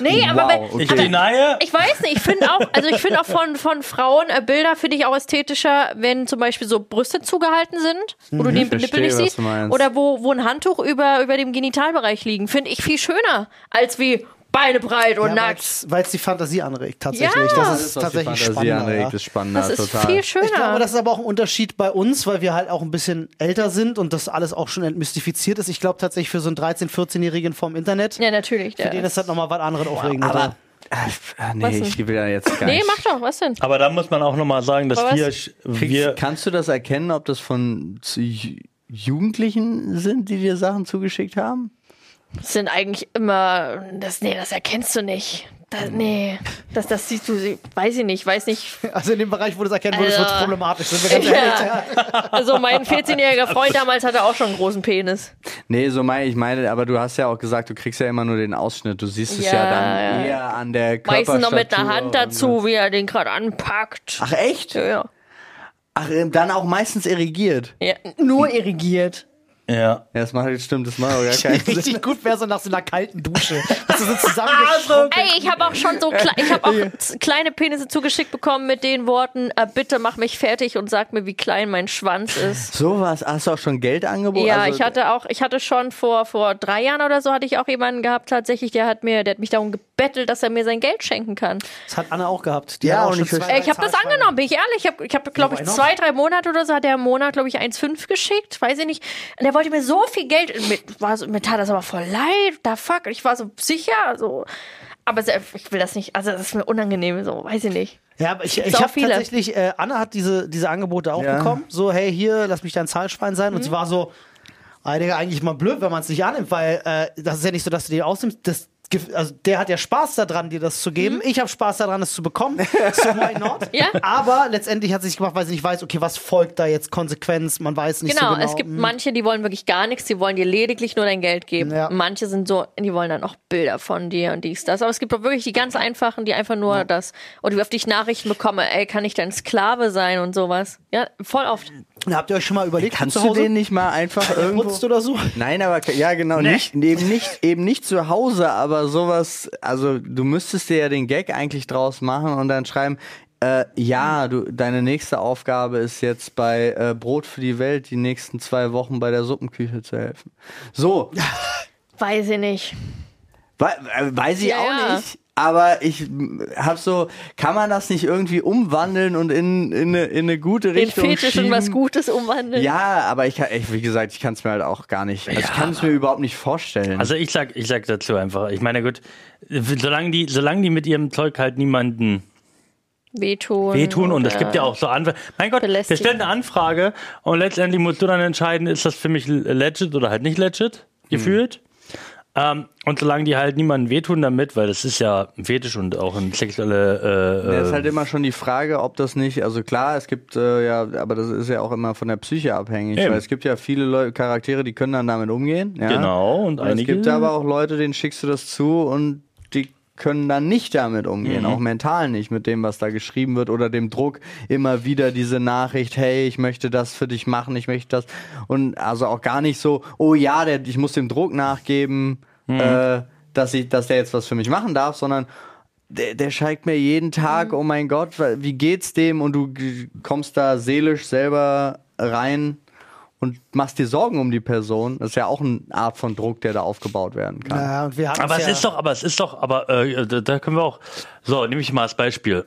nee, aber wenn,
Wow,
Ich
okay.
denie.
Ich weiß nicht, ich finde auch, also ich finde auch von, von Frauen äh, Bilder finde ich auch ästhetischer, wenn zum Beispiel so Brüste zugehalten sind, wo
Mhm.
du den
verstehe,
Nippel nicht
was
siehst,
du meinst.
oder wo, wo ein Handtuch über, über dem Genitalbereich liegen, finde ich viel schöner, als wie Beine breit und
ja
nackt.
Weil es die Fantasie anregt, tatsächlich.
Ja. Genau.
Das
Das
ist
ist, was
tatsächlich
die Fantasie
spannender.
anregt,
ja.
ist spannender.
Ah. Das ist
total.
viel
Ich glaube,
schöner.
das ist aber auch ein Unterschied bei uns, weil wir halt auch ein bisschen älter sind und das alles auch schon entmystifiziert ist. Ich glaube tatsächlich für so einen 13-, 14-Jährigen vom Internet,
Ja, natürlich.
für
Der.
den ist das nochmal was anderes aufregender.
Aber. Äh,
Was
nee,
denn?
Ah, ich will da jetzt gar
nee,
nicht.
mach doch, was denn?
Aber da muss man auch nochmal sagen, dass
Aber
wir,
Kriegst,
wir
kannst du das erkennen, ob das von zu Ju- Jugendlichen sind, die dir Sachen zugeschickt haben?
Das sind eigentlich immer, das, nee, das erkennst du nicht. Das,
Hm.
nee, das, das siehst du, weiß ich nicht, weiß nicht,
[laughs] Also in dem Bereich, wo du es erkennen würdest, wird es
Also-
problematisch. Sind wir
[laughs]
ganz ehrlich.
Ja. Also mein 14-jähriger Freund damals hatte auch schon einen großen Penis.
Nee, so meine ich meine, aber du hast ja auch gesagt, du kriegst ja immer nur den Ausschnitt. Du siehst es ja,
Ja,
dann
ja.
eher an der
Meistens
Körperstatur.
noch mit einer Hand
und-
dazu, wie er den gerade anpackt.
Ach echt?
Ja, ja.
Ach, ähm, dann auch meistens irrigiert.
ja. Nur irrigiert.
ja.
Ja, das macht stimmt, das macht auch gar
[laughs]
keinen Sinn.
[laughs] Richtig gut wäre so nach so einer kalten Dusche. Dass du so zusammengeschrumpft
Ey, ich habe auch schon so kle ich hab auch z- kleine Penisse zugeschickt bekommen mit den Worten, äh, bitte mach mich fertig und sag mir, wie klein mein Schwanz ist.
Sowas, hast du auch schon Geld angeboten?
Ja,
Also,
ich hatte auch, ich hatte schon vor, vor drei Jahren oder so hatte ich auch jemanden gehabt tatsächlich, der hat mir, der hat mich darum gebettelt, dass er mir sein Geld schenken kann.
Das hat Anna auch gehabt. Die
Ja,
hat auch
und
schon
ich verstehe-
zwei,
Äh, ich habe
drei
das
Zahlschweine.
angenommen, bin ich ehrlich. Ich habe, ich hab, glaube
why
ich,
not?
zwei, drei Monate oder so hat er im Monat, glaube ich, 1,5 geschickt. Weiß ich nicht. Und er wollte mir so viel Geld. Mit, war so, mir tat das aber voll leid. Da fuck. Ich war so sicher. So. Aber sehr- ich will das nicht. Also, das ist mir unangenehm. So, weiß ich nicht.
Ja, aber ich,
Gibt's
ich
auch
habe
viele.
tatsächlich, äh, Anna hat diese, diese Angebote auch
Ja.
bekommen. So, hey, hier, lass mich dein Zahlschwein sein.
Mhm.
Und sie war so, ey, Digga, eigentlich mal blöd, wenn man es nicht annimmt, weil äh, das ist ja nicht so, dass du den ausnimmst. Das, ge- also der hat ja Spaß daran, dir das zu geben. Ich habe Spaß daran, es zu
[laughs]
bekommen. So, why not?
Mhm. Ja.
Aber letztendlich hat sie es gemacht, weil sie nicht weiß, okay, was folgt da jetzt Konsequenz? Man weiß nicht
Genau,
so genau.
Es gibt
Mhm.
Hm.
manche, die wollen wirklich gar nichts. Die wollen dir lediglich nur dein Geld geben.
Ja.
Manche sind so, die wollen dann auch Bilder von dir und dies, das. Aber es gibt auch wirklich die ganz einfachen, die einfach nur das. Oder die auf dich Nachrichten bekommen. Ey, kann ich dein Sklave sein und sowas? Ja, voll oft.
Und habt ihr euch schon mal überlegt,
Kannst
zu
du
Hause
den nicht
[laughs]
mal einfach irgendwo...
putzt oder so?
Nein, aber ke- ja genau, nicht,
[laughs]
eben nicht eben nicht zu Hause, aber sowas, also du müsstest dir ja den Gag eigentlich draus machen und dann schreiben,
Hm.
äh, ja, du, deine nächste Aufgabe ist jetzt bei äh, Brot für die Welt die nächsten zwei Wochen bei der Suppenküche zu helfen. So,
Weiß ich nicht.
wei- äh, weiß ich
Ja,
auch
ja.
nicht, aber ich m, hab so, kann man das nicht irgendwie umwandeln und in, in, eine, in eine gute
den
Richtung
Fetisch in was
schieben?
Gutes umwandeln.
Ja, aber ich, kann- ich wie gesagt, ich kann es mir halt auch gar nicht, also ich kann es mir überhaupt nicht vorstellen.
Also ich sag, ich sag dazu einfach, ich meine, gut, solange die, solange die mit ihrem Zeug halt niemanden
Wehtun.
wehtun und es
oder-
gibt ja auch so Anfragen. Mein Gott, der
Belästigen.
stellt eine Anfrage und letztendlich musst du dann entscheiden, ist das für mich legit oder halt nicht legit gefühlt. Ähm, und solange die halt niemanden wehtun damit, weil das ist ja ein Fetisch und auch ein sexuelle. Äh,
Ja, ist halt immer schon die Frage, ob das nicht, also klar, es gibt äh, ja, aber das ist ja auch immer von der Psyche abhängig,
Eben.
weil es gibt ja viele Leu Charaktere, die können dann damit umgehen. Ja?
Genau,
Und
und einige-
Es gibt aber auch Leute, denen schickst du das zu und die können dann nicht damit umgehen,
Mhm.
auch mental nicht mit dem, was da geschrieben wird oder dem Druck immer wieder diese Nachricht, hey, ich möchte das für dich machen, ich möchte das und also auch gar nicht so, oh ja, der, ich muss dem Druck nachgeben,
Mhm.
äh, dass ich, dass der jetzt was für mich machen darf, sondern der, der schreibt mir jeden Tag, oh mein Gott, wa- wie geht's dem? Und du g- kommst da seelisch selber rein und machst dir Sorgen um die Person. Das ist ja auch eine Art von Druck, der da aufgebaut werden
[laughs]
kann.
Ja, und wir hatten
Aber
ja,
es ist doch, aber es ist doch, aber äh, da, da können wir auch. So, nehme ich mal als Beispiel.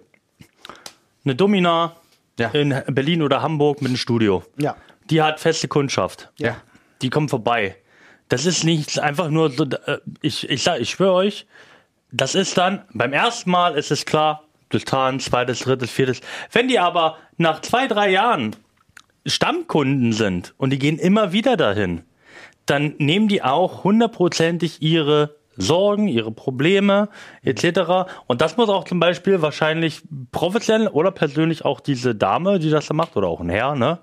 Eine Domina
Ja.
in Berlin oder Hamburg mit einem Studio.
Ja.
Die hat feste Kundschaft.
Ja.
Die kommen vorbei. Das ist nicht einfach nur so, äh, ich, ich sag, ich schwöre euch, das ist dann, beim ersten Mal ist es klar, Distanz, zweites, drittes, viertes. Wenn die aber nach zwei, drei Jahren Stammkunden sind und die gehen immer wieder dahin, dann nehmen die auch hundertprozentig ihre Sorgen, ihre Probleme etc. Und das muss auch zum Beispiel wahrscheinlich professionell oder persönlich auch diese Dame, die das da macht, oder auch ein Herr, ne?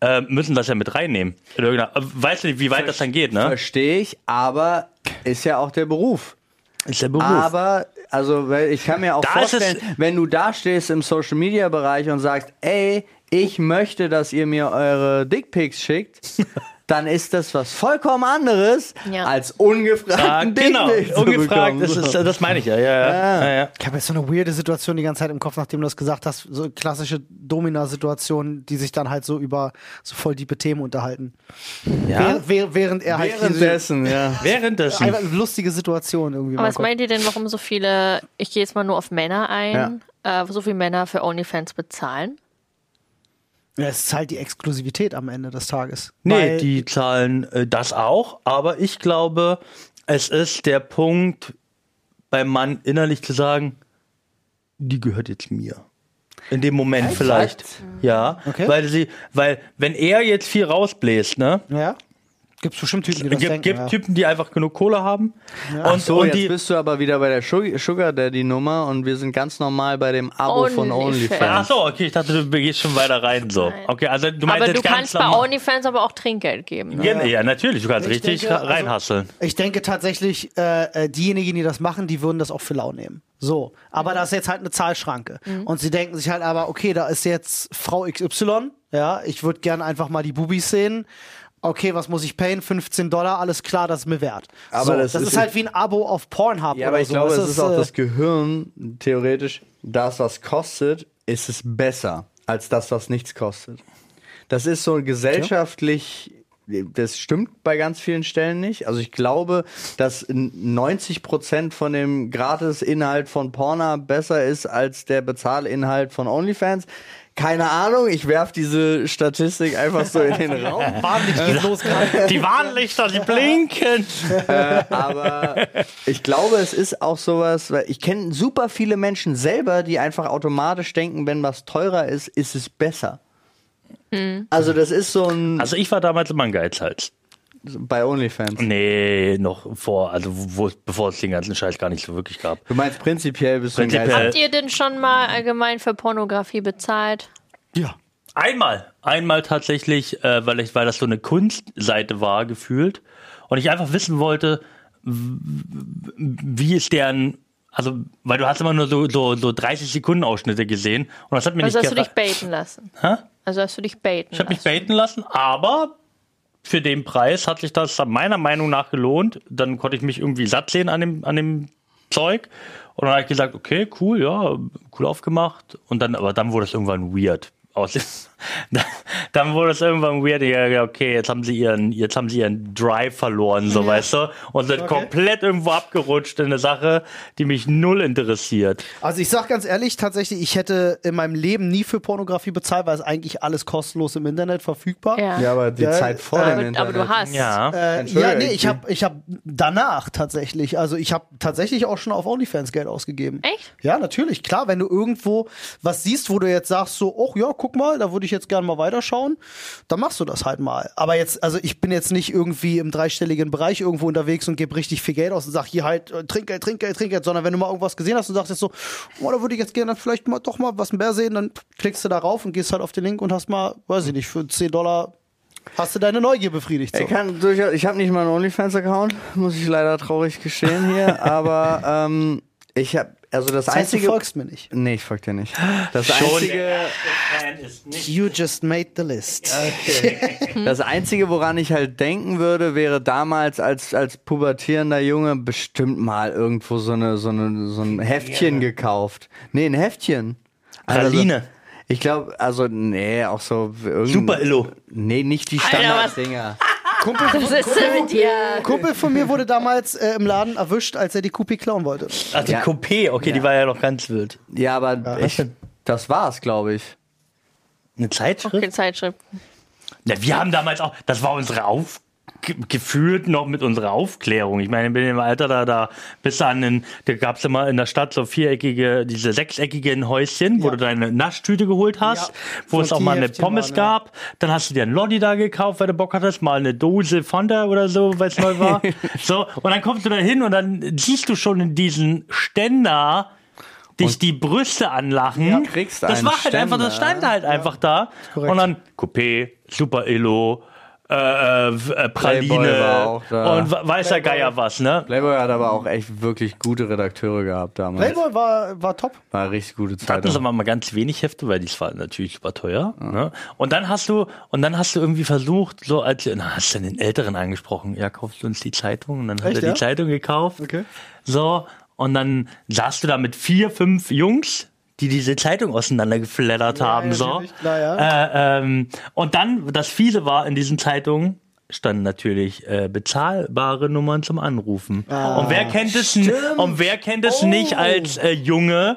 Äh, müssen das ja mit reinnehmen. In irgendeiner- äh, Weißt du, wie weit das dann geht, ne?
Verstehe ich, aber ist ja auch der Beruf.
Ist der Beruf.
Aber, also, weil ich kann mir auch
Da ist es-
vorstellen, wenn du da stehst im Social Media Bereich und sagst, ey, ich möchte, dass ihr mir eure Dickpics
[laughs]
schickt, dann ist das was vollkommen anderes
Ja.
als ungefragten [laughs]
Ah, genau,
Dickpics. zu
ungefragt,
bekommen. [laughs]
das, ist, das meine ich ja. ja, ja. ja. ja.
ich habe jetzt so eine weirde Situation die ganze Zeit im Kopf, nachdem du das gesagt hast. So klassische Domina-Situationen, die sich dann halt so über so voll diepe Themen unterhalten.
Ja.
Während, während, während er halt diese,
Währenddessen, ja.
Währenddessen.
einfach lustige Situation irgendwie.
Aber
mein
was
Gott.
meint ihr denn, warum so viele, ich gehe jetzt mal nur auf Männer ein, äh, so viele Männer für OnlyFans bezahlen?
Ja, es ist halt die Exklusivität am Ende des Tages.
Nee,
Weil-
die zahlen äh, das auch, aber ich glaube, es ist der Punkt, beim Mann innerlich zu sagen, die gehört jetzt mir. In dem Moment vielleicht. Ja.
Okay.
Weil sie, weil, wenn er jetzt viel rausbläst, ne?
Ja. Gibt es bestimmt Typen, die das
Gibt,
denken.
gibt
ja.
Typen, die einfach genug Kohle haben. Und,
So,
und
jetzt
die.
bist du aber wieder bei der Sug- Sugar Daddy Nummer und wir sind ganz normal bei dem Abo von
Onlyfans.
Ach
OnlyFans.
so, okay, ich dachte, du gehst schon weiter rein so. Okay, also du meinst
Aber du
jetzt ganz
kannst bei
normal-
OnlyFans aber auch Trinkgeld geben. Ne?
Ja, ja, natürlich, du kannst
Ich
richtig
denke,
ra-
also-
reinhasseln.
Ich denke tatsächlich, äh, äh, diejenigen, die das machen, die würden das auch für lau nehmen. So. Aber da ist jetzt halt eine Zahlschranke. Und sie denken sich halt aber, okay, da ist jetzt Frau XY. Ja, ich würde gerne einfach mal die Bubis sehen. Okay, was muss ich payen? 15 Dollar, alles klar, das ist mir wert.
Aber
so,
das
das ist,
ist-
halt wie ein Abo auf Pornhub oder
Ja, aber ich
so.
glaube,
Das
es ist auch
äh,
das Gehirn, theoretisch, das, was kostet, ist es besser als das, was nichts kostet. Das ist so gesellschaftlich, das stimmt bei ganz vielen Stellen nicht. Also ich glaube, dass 90% von dem Gratis-Inhalt von Porna besser ist als der Bezahlinhalt von OnlyFans. Keine Ahnung, ich werf diese Statistik einfach so in [laughs] den Raum.
Warnlicht geht los gerade.
Die Warnlichter, die blinken.
aber ich glaube, es ist auch sowas, weil ich kenne super viele Menschen selber, die einfach automatisch denken, wenn was teurer ist, ist es besser.
Hm.
Also das ist so ein
Also ich war damals immer ein Geizhals.
bei OnlyFans.
Nee, noch vor, also wo, bevor es den ganzen Scheiß gar nicht so wirklich gab.
Du meinst prinzipiell bist du ein
Prinzipiell.
Geizhals.
Habt ihr denn schon mal allgemein für Pornografie bezahlt?
Ja.
Einmal, einmal tatsächlich, äh, weil, ich, weil das so eine Kunstseite war, gefühlt. Und ich einfach wissen wollte, w- w- wie ist deren, also, weil du hast immer nur so, so, so 30 Sekunden Ausschnitte gesehen. Und das hat mir
Also
nicht
hast du dich
gefallen.
baiten lassen?
Hä?
Also hast du dich baiten
Ich habe mich
lassen?
baiten lassen, aber für den Preis hat sich das meiner Meinung nach gelohnt. Dann konnte ich mich irgendwie satt sehen an dem, an dem Zeug. Und dann habe ich gesagt, okay, cool, ja, cool aufgemacht. Und dann, aber dann wurde es irgendwann weird. Aus, [laughs] dann, dann wurde es irgendwann weird. Ich dachte, okay, jetzt haben sie ihren, jetzt haben sie ihren Drive verloren, so weißt du, und sind komplett irgendwo abgerutscht in eine Sache, die mich null interessiert.
Also ich sag ganz ehrlich, tatsächlich, ich hätte in meinem Leben nie für Pornografie bezahlt, weil es eigentlich alles kostenlos im Internet verfügbar.
Ja.
Ja, aber die
Ja,
Zeit vor dem
aber, aber
Internet.
du hast. [laughs]
Ja.
Äh,
Entschuldige,
ja, nee,
ich-
ich habe ich hab danach tatsächlich, also ich habe tatsächlich auch schon auf OnlyFans Geld ausgegeben.
Echt?
Ja, natürlich, klar, wenn du irgendwo was siehst, wo du jetzt sagst so, oh ja, guck mal, da würde ich jetzt gerne mal weiterschauen, dann machst du das halt mal. Aber jetzt, also ich bin jetzt nicht irgendwie im dreistelligen Bereich irgendwo unterwegs und gebe richtig viel Geld aus und sag hier halt äh, Trinkgeld, Trinkgeld, Trinkgeld, sondern wenn du mal irgendwas gesehen hast und sagst jetzt so, oh, da würde ich jetzt gerne dann vielleicht mal doch mal was mehr sehen, dann klickst du da rauf und gehst halt auf den Link und hast mal, weiß ich nicht, für 10 Dollar hast du deine Neugier befriedigt. So.
Ich, kann durchaus- ich habe nicht mal einen OnlyFans-Account, muss ich leider traurig gestehen [laughs] hier, aber ähm, ich habe, also das,
Das heißt, du
einzige.
folgst mir nicht.
nee, ich folge dir nicht. Das
Schon
einzige,
der erste Fan ist nicht.
You just made the list.
Das Einzige, woran ich halt denken würde, wäre damals als, als pubertierender Junge bestimmt mal irgendwo so, eine, so, eine, so ein Heftchen gekauft. Nee, ein Heftchen. Also
Praline.
ich glaube, also, nee, auch so irgendwie.
Super Illo.
Nee, nicht die
Alter, was-
Standarddinger.
Kumpel, von-
Was ist denn mit dir?
Kumpel von mir wurde damals äh, im Laden erwischt, als er die Kupi klauen wollte.
Ach, also die
Ja.
Coupé, okay, die war ja noch ganz wild.
Ja, aber
was
ich,
denn?
das war's, glaube ich.
Eine Zeitschrift?
Okay, Zeitschrift.
Na, wir haben damals auch, das war unsere Auf ge- gefühlt noch mit unserer Aufklärung. Ich meine, ich bin im Alter da, da bis an den, da gab's immer in der Stadt so viereckige, diese sechseckigen Häuschen, wo
Ja.
du deine Naschtüte geholt hast,
Ja.
wo
So
es auch mal eine
Tierheftchen
Pommes
ne?
waren, ja.
gab. Dann hast du dir einen Lolli da gekauft, weil du Bock hattest, mal eine Dose Fanta oder so, weil es neu
[laughs]
war. so, und dann kommst du da hin und dann siehst du schon in diesen Ständer dich die Brüste anlachen.
Ja, kriegst
das
einen
war halt einfach, das
Ständer.
stand halt einfach da.
korrekt.
Und dann Coupé, Super Illo, äh,
Playboy war
äh, Praline
auch da.
und wa- weiß der Geier was, ne?
Playboy hat aber auch echt wirklich gute Redakteure gehabt damals.
Playboy war, war top.
War eine richtig gute
Da hatten sie
Zeitung.
mal ganz wenig Hefte, weil die waren natürlich super teuer. Ne? Und dann hast du, und dann hast du irgendwie versucht, so als na, hast du den Älteren angesprochen, ja, kaufst du uns die Zeitung? Und dann hat
Echt,
er die
ja?
Zeitung gekauft.
Okay.
So, und dann saßt du da mit vier, fünf Jungs, die diese Zeitung auseinandergeflattert haben.
ja,
so.
natürlich, klar, ja.
äh, ähm, und dann, das Fiese war, in diesen Zeitungen standen natürlich äh, bezahlbare Nummern zum Anrufen.
Ah,
und wer kennt es, n- und wer kennt es
Oh.
nicht als äh, Junge?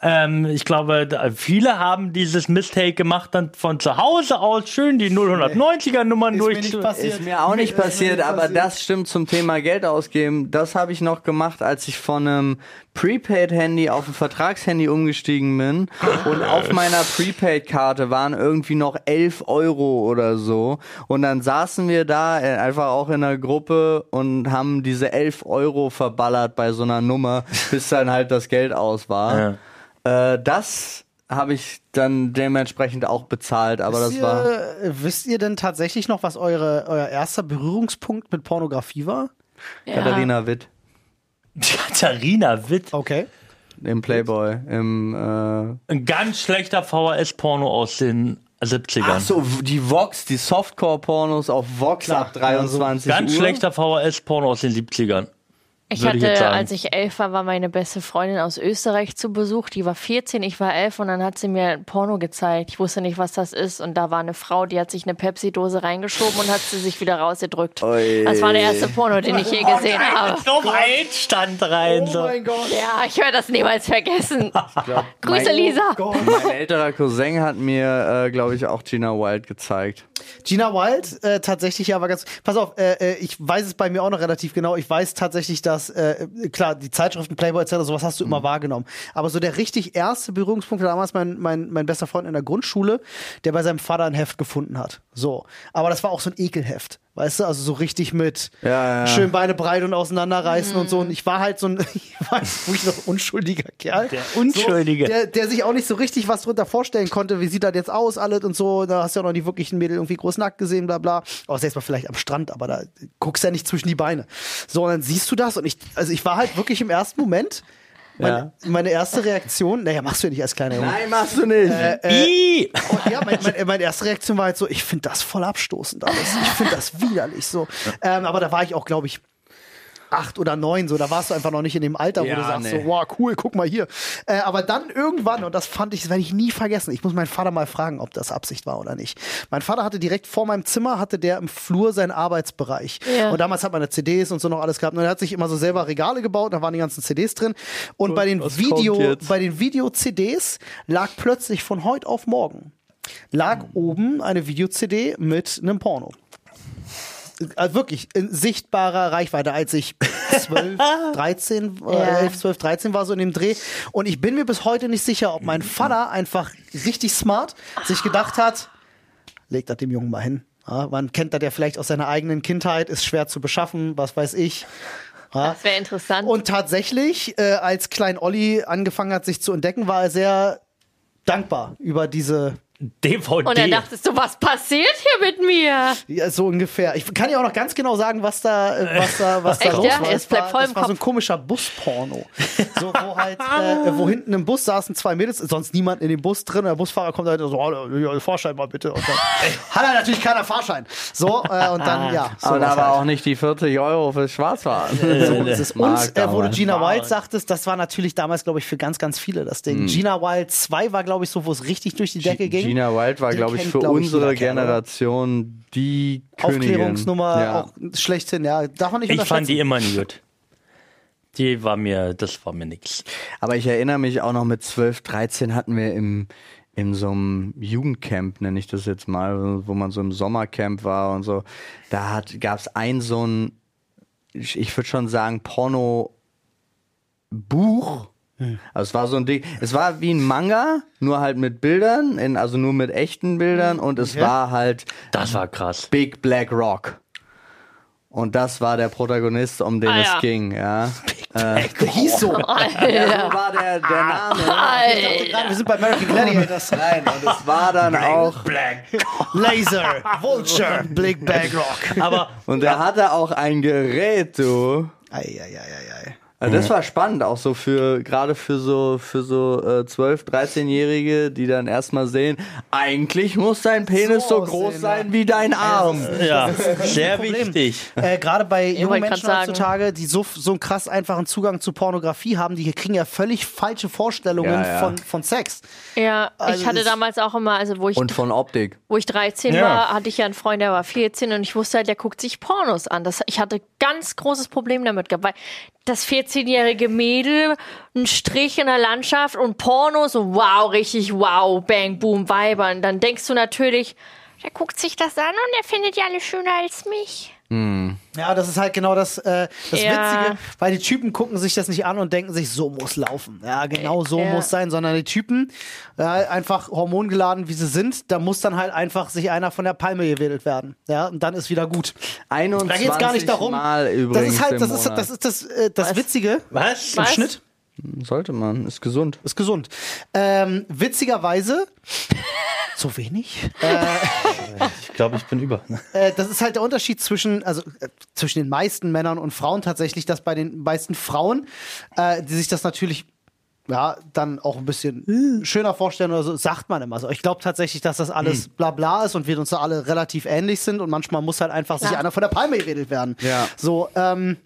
Ähm, ich glaube, da, viele haben dieses Mistake gemacht, dann von zu Hause aus schön die 090er-Nummern durch.
Ist mir auch nicht passiert, aber das stimmt zum Thema Geld ausgeben. Das habe ich noch gemacht, als ich von einem Prepaid-Handy auf ein Vertragshandy umgestiegen bin. Und auf meiner Prepaid-Karte waren irgendwie noch 11 Euro oder so. Und dann saßen wir da äh, einfach auch in einer Gruppe und haben diese 11 Euro verballert bei so einer Nummer, bis dann halt das Geld aus war. Äh, das habe ich dann dementsprechend auch bezahlt, aber das
wisst,
war...
ihr, äh, wisst ihr denn tatsächlich noch, was eure, euer erster Berührungspunkt mit Pornografie war?
Ja.
Katharina Witt
[laughs] Katharina Witt.
Okay.
im Playboy, im äh
Ein ganz schlechter VHS-Porno aus den 70ern.
so, die Vox, die Softcore-Pornos auf Vox
Klar, also
ab 23
Ganz
Uhr. Oh
schlechter VHS-Porno aus den 70ern.
Ich
Würde ich jetzt
hatte,
sagen.
als ich elf war, war meine beste Freundin aus Österreich zu Besuch. Die war 14, ich war elf und dann hat sie mir Porno gezeigt. Ich wusste nicht, was das ist. Und da war eine Frau, die hat sich eine Pepsi-Dose reingeschoben und hat sie sich wieder rausgedrückt.
Ui.
Das war der erste Porno, den ich je [laughs] gesehen habe.
So weit stand
Oh
rein. So.
Gott.
Ja, ich werde das niemals vergessen. Grüße,
mein-
Lisa.
Mein älterer Cousin hat mir, äh, glaube ich, auch Gina Wild gezeigt.
Gina Wild, äh, tatsächlich, aber ganz. Pass auf, äh, äh, ich weiß es bei mir auch noch relativ genau. Ich weiß tatsächlich, dass, äh, klar, die Zeitschriften Playboy etc., sowas hast du
Mhm.
immer wahrgenommen. Aber so der richtig erste Berührungspunkt war damals mein, mein, mein bester Freund in der Grundschule, der bei seinem Vater ein Heft gefunden hat. So. Aber das war auch so ein Ekelheft. Weißt du, also so richtig mit
Ja, ja.
schön Beine breit und auseinanderreißen und so. Und ich war halt so ein, [laughs] ich war wirklich noch ein unschuldiger Kerl.
Der Unschuldige.
So, der, der sich auch nicht so richtig was drunter vorstellen konnte. Wie sieht das jetzt aus, alles und so. Da hast du ja noch nie wirklich ein Mädel irgendwie groß nackt gesehen, bla bla. Oh, Außer jetzt mal vielleicht am Strand, aber da guckst ja nicht zwischen die Beine. So, und dann siehst du das und ich, also ich war halt wirklich im ersten Moment, meine, meine erste Reaktion, naja, machst du ja nicht als
[laughs]
kleiner Junge.
Nein, machst du nicht.
Äh,
Ih!
Äh,
[laughs]
Und ja, mein, mein, meine erste Reaktion war halt so, ich finde das voll abstoßend alles. Ich finde das widerlich so. Ähm, aber da war ich auch, glaube ich, acht oder neun, so, da warst du einfach noch nicht in dem Alter, wo
Ja,
du sagst
nee.
so, wow, cool, guck mal hier. Äh, aber dann irgendwann, und das fand ich, das werde ich nie vergessen, ich muss meinen Vater mal fragen, ob das Absicht war oder nicht. Mein Vater hatte direkt vor meinem Zimmer, hatte der im Flur seinen Arbeitsbereich.
Ja.
Und damals hat man ja CDs und so noch alles gehabt. Und er hat sich immer so selber Regale gebaut, da waren die ganzen CDs drin. Und, bei den
was kommt
Video,
jetzt?
bei den Video-CDs lag plötzlich von heute auf
Hm.
morgen lag oben eine Video-CD mit einem Porno. also wirklich in sichtbarer Reichweite, als ich
[laughs]
12, 13, äh,
Ja.
11, 12, 13 war so in dem Dreh. Und ich bin mir bis heute nicht sicher, ob
Hm.
mein Vater einfach richtig smart sich gedacht hat, legt das dem Jungen mal hin. Ja, man kennt das ja vielleicht aus seiner eigenen Kindheit, ist schwer zu beschaffen, was weiß ich. Ja.
Das wäre interessant.
Und tatsächlich, äh, als Klein Olli angefangen hat, sich zu entdecken, war er sehr dankbar über diese
DVD.
Und dann dachtest du, was passiert hier mit mir?
Ja, so ungefähr. Ich kann ja auch noch ganz genau sagen, was da, äh, was
[laughs]
da, was da
Echt,
los
ja?
war.
Es bleibt
war,
voll
das
im
war so ein
Kopf.
komischer
[laughs]
Busporno. So, wo halt, äh, wo hinten im Bus saßen zwei Mädels, sonst niemand in dem Bus drin. Der Busfahrer kommt halt so, oh, ja, Fahrschein mal bitte.
[laughs]
Und dann, hat er natürlich keiner Fahrschein. So, äh, und
Ah,
dann, ja. So
Aber da
was
war
halt.
auch nicht die 40 Euro fürs Schwarzfahren.
So ist es. Und äh, wo du Gina
Wow.
Wild sagtest, das war natürlich damals, glaube ich, für ganz, ganz viele das Ding. Gina Wild 2 war, glaube ich, so, wo es richtig durch die Decke ging.
Mhm. Gina Wild war,
Die
glaube ich,
kennt,
für
glaub ich,
unsere
jeder Kerl, oder?
Generation die Königin.
Aufklärungsnummer
Ja.
auch schlechthin, ja. Darf man nicht
ich fand
unterschätzen.
die immer gut. Die war mir, das war mir nix.
Aber ich erinnere mich auch noch mit 12, 13 hatten wir im in so einem Jugendcamp, nenne ich das jetzt mal, wo man so im Sommercamp war und so. Da hat, gab es ein so ein, ich, ich würde schon sagen, Porno-Buch. Also es war so ein Ding, es war wie ein Manga, nur halt mit Bildern, in, also nur mit echten Bildern und es war halt
Das war krass.
Big Black Rock. Und das war der Protagonist, um den
Ah, ja.
es
[laughs]
ging, ja.
Der hieß
Äh.
so.
Ja, so war der, der
[laughs] Ah,
Name. ne?
Alter.
Gerade, wir sind bei American Gladiators.
Nein, und es war dann auch.
Laser, Vulture, Big Bag Rock.
Aber
Und er hatte auch ein Gerät, du.
Eieieiei.
Also das war spannend, auch so für, gerade für so, für so äh, 12-, 13-Jährige, die dann erstmal sehen, eigentlich muss dein Penis so,
So
groß
aussehen,
sein wie dein Arm.
ja, sehr wichtig.
Äh, Gerade bei jungen
wollte grad
Menschen
sagen.
heutzutage, die so, so einen krass einfachen Zugang zu Pornografie haben, die kriegen ja völlig falsche Vorstellungen
Ja, ja.
Von, von Sex.
Ja,
Also
ich hatte
es-
damals auch immer, also wo ich,
Und von Optik.
wo ich 13
Ja.
war, hatte ich ja einen Freund, der war 14 und ich wusste halt, der guckt sich Pornos an. Das, ich hatte ganz großes Problem damit gehabt, weil das 14-jährige Mädel, ein Strich in der Landschaft und Pornos, so wow, richtig wow, bang, boom, Weibern. Dann denkst du natürlich, der guckt sich das an und der findet die alle schöner als mich.
Ja, das ist halt genau das, äh, das
Ja.
Witzige, weil die Typen gucken sich das nicht an und denken sich, so muss laufen. Ja, genau so
Ja.
muss sein, sondern die Typen, ja, einfach hormongeladen, wie sie sind, da muss dann halt einfach sich einer von der Palme gewedelt werden. Ja, und dann ist wieder gut.
21
Da geht's gar nicht darum.
Mal
Das
übrigens
ist halt,
im
das ist,
Monat.
das ist das, äh, das Witzige.
Was?
Im
Was?
Schnitt
Sollte man, ist gesund.
ist gesund. Ähm, witzigerweise, [laughs] so wenig.
Ich glaube, ich bin über.
Äh, das ist halt der Unterschied zwischen, also äh, zwischen den meisten Männern und Frauen tatsächlich, dass bei den meisten Frauen, äh, die sich das natürlich ja, dann auch ein bisschen schöner vorstellen oder so, sagt man immer so. Ich glaube tatsächlich, dass das alles
Hm.
bla bla ist und wir uns da alle relativ ähnlich sind und manchmal muss halt einfach sich
Klar.
einer von der Palme gewedelt werden.
Ja.
So, ähm,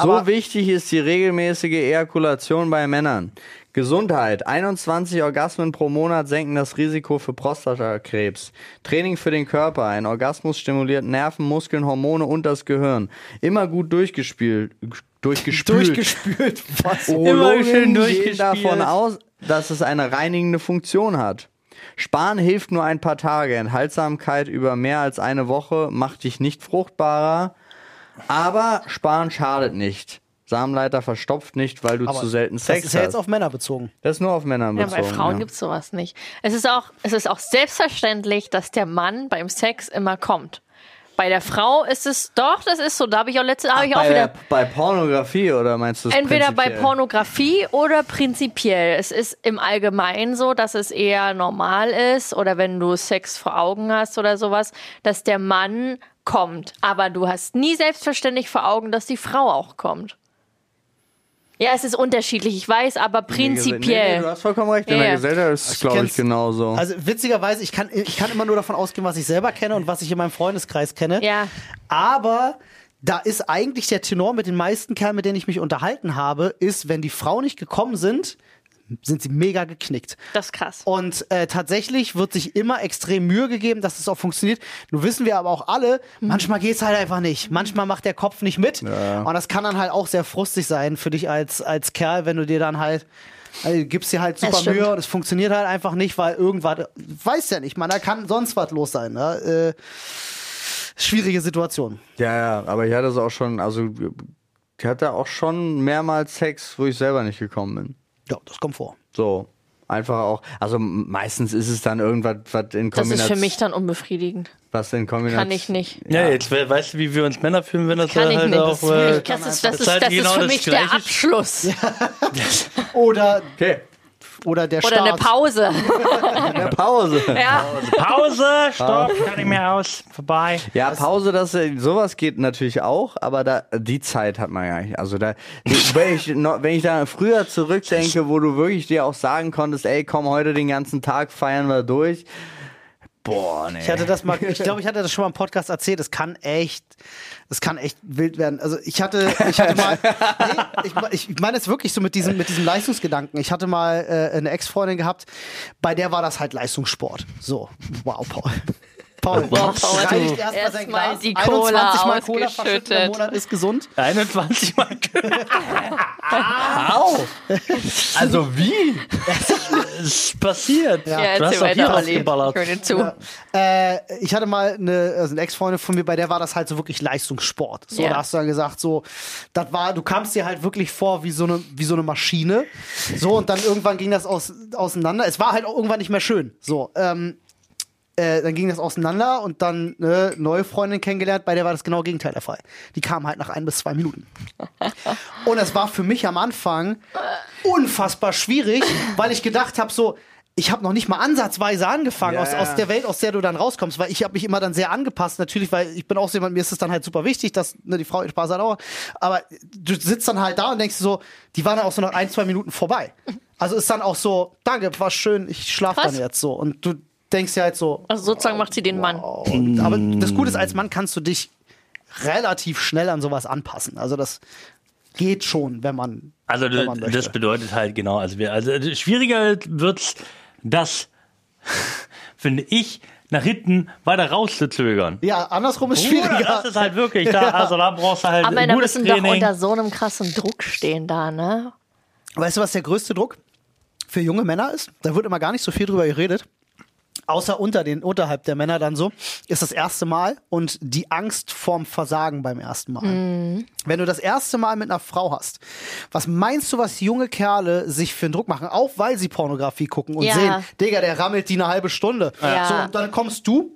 So wichtig ist die regelmäßige Ejakulation bei Männern. Gesundheit. 21 Orgasmen pro Monat senken das Risiko für Prostatakrebs. Training für den Körper. Ein Orgasmus stimuliert Nerven, Muskeln, Hormone und das Gehirn. Immer gut durchgespielt. Durchgespült.
durchgespült. Was?
Urologen
Immer schön
gehen
durchgespielt.
davon aus, dass es eine reinigende Funktion hat. Sparen hilft nur ein paar Tage. Enthaltsamkeit über mehr als eine Woche macht dich nicht fruchtbarer. Aber Sparen schadet nicht. Samenleiter verstopft nicht, weil du
Aber
zu selten Sex
das ist ja jetzt
hast.
auf Männer bezogen.
das ist nur auf Männer
Ja,
bezogen.
bei Frauen
ja.
gibt's sowas nicht. Es ist, auch, es ist auch selbstverständlich, dass der Mann beim Sex immer kommt. Bei der Frau ist es doch, das ist so. Da habe ich auch letzte, habe ich auch
bei,
wieder.
bei Pornografie oder meinst du das
Entweder bei
prinzipiell?
Pornografie oder prinzipiell. Es ist im Allgemeinen so, dass es eher normal ist oder wenn du Sex vor Augen hast oder sowas, dass der Mann kommt. Aber du hast nie selbstverständlich vor Augen, dass die Frau auch kommt. Ja, es ist unterschiedlich, ich weiß, aber
Nee,
prinzipiell.
Nee, du hast vollkommen recht. In
Ja.
der Gesellschaft ist es, glaube ich,
kenn's-
genauso.
Also witzigerweise, ich kann, ich kann immer nur davon ausgehen, was ich selber kenne und was ich in meinem Freundeskreis kenne.
Ja.
Aber da ist eigentlich der Tenor mit den meisten Kerlen, mit denen ich mich unterhalten habe, ist, wenn die Frauen nicht gekommen sind, sind sie mega geknickt.
das ist krass.
Und äh, tatsächlich wird sich immer extrem Mühe gegeben, dass es auch funktioniert. Nun wissen wir aber auch alle,
Mhm.
manchmal geht's halt einfach nicht. Manchmal macht der Kopf nicht mit. Und das kann dann halt auch sehr frustig sein für dich als, als Kerl, wenn du dir dann halt, also gibst dir halt
Das
super
stimmt.
Mühe und es funktioniert halt einfach nicht, weil irgendwas, weiß ja nicht, man, da kann sonst was los sein. Ne? Äh, schwierige Situation.
Ja, ja, aber ich hatte es auch schon, also ich hatte auch schon mehrmals Sex, wo ich selber nicht gekommen bin.
Ja, das kommt vor.
So. Einfach auch, also meistens ist es dann irgendwas, was in
Das ist
Kombination.
für mich dann unbefriedigend.
Was in Kombination.
Kann ich nicht.
Ja, jetzt we weißt du, wie wir uns Männer fühlen, wenn das
Kann ich
halt
nicht. Das, ist-
auch. Äh,
das ist, das
Das
ist,
ist halt
das ist
genau
für
das
mich der
Gleiche.
Abschluss.
Oder,
Okay,
oder der
Oder eine
Staat.
Pause.
eine Pause.
[laughs] Ja.
Pause, stopp, kann ich mehr aus, vorbei.
Ja, Pause, das, äh, sowas geht natürlich auch, aber da, die Zeit hat man ja nicht. Also da, wenn ich, noch- wenn ich da früher zurückdenke, wo du wirklich dir auch sagen konntest, ey, komm heute den ganzen Tag, feiern wir durch. Boah, nee.
Ich hatte das mal, ich glaube, ich hatte das schon mal im Podcast erzählt. Es kann echt, es kann echt wild werden. Also ich hatte, ich hatte mal, nee, ich, ich meine es wirklich so mit diesem, mit diesem Leistungsgedanken. Ich hatte mal äh, eine Ex-Freundin gehabt, bei der war das halt Leistungssport. So, wow, Paul. Paul,
Wow, Paul,
reicht
du-
erst mal sein
Erst mal
Glas.
die Cola
21 Mal Cola verschüttet
ausgeschüttet.
im Monat ist gesund.
21 Mal.
Au! Also wie?
[laughs]
Es passiert.
Ja,
du hast
erzähl
doch hier
weiter, Olli.
ausgeballert.
Ich höre dir zu.
Ja. Äh, ich hatte mal eine, also eine Ex-Freundin von mir, bei der war das halt so wirklich Leistungssport. So,
Ja.
da hast du dann gesagt, so, das war, du kamst dir halt wirklich vor wie so eine, wie so eine Maschine. So, und dann irgendwann ging das aus, auseinander. Es war halt auch irgendwann nicht mehr schön. So, ähm, äh, dann ging das auseinander und dann eine neue Freundin kennengelernt, bei der war das genau Gegenteil der Fall. Die kam halt nach ein bis zwei Minuten. Und das war für mich am Anfang unfassbar schwierig, weil ich gedacht habe, so, ich habe noch nicht mal ansatzweise angefangen
Ja,
aus,
ja.
aus der Welt, aus der du dann rauskommst, weil ich habe mich immer dann sehr angepasst, natürlich, weil ich bin auch so jemand, mir ist es dann halt super wichtig, dass ne, die Frau ihren Spaß hat auch, aber du sitzt dann halt da und denkst so, die waren dann auch so nach ein, zwei Minuten vorbei. Also ist dann auch so, danke, war schön, ich schlaf
Krass.
dann jetzt so. Und du denkst ja halt so,
Also sozusagen macht sie den Mann.
und, aber das Gute ist, als Mann kannst du dich relativ schnell an sowas anpassen. Also das geht schon, wenn man.
Also
wenn
du,
man
das bedeutet halt genau, also wir, also schwieriger wird's, das [laughs] finde ich, nach hinten weiter rauszuzögern.
ja, andersrum ist
Bruder,
schwieriger.
das ist halt wirklich da, also da brauchst du halt
Aber
ein
Männer
gutes
müssen doch
Training.
unter so einem krassen Druck stehen da, ne?
weißt du, was der größte Druck für junge Männer ist? Da wird immer gar nicht so viel drüber geredet. Außer unter den, unterhalb der Männer dann so, ist das erste Mal und die Angst vorm Versagen beim ersten Mal.
Mhm.
Wenn du das erste Mal mit einer Frau hast, was meinst du, was junge Kerle sich für einen Druck machen? Auch weil sie Pornografie gucken und
Ja.
sehen, Digga, der rammelt die eine halbe Stunde.
Ja.
So, und dann kommst du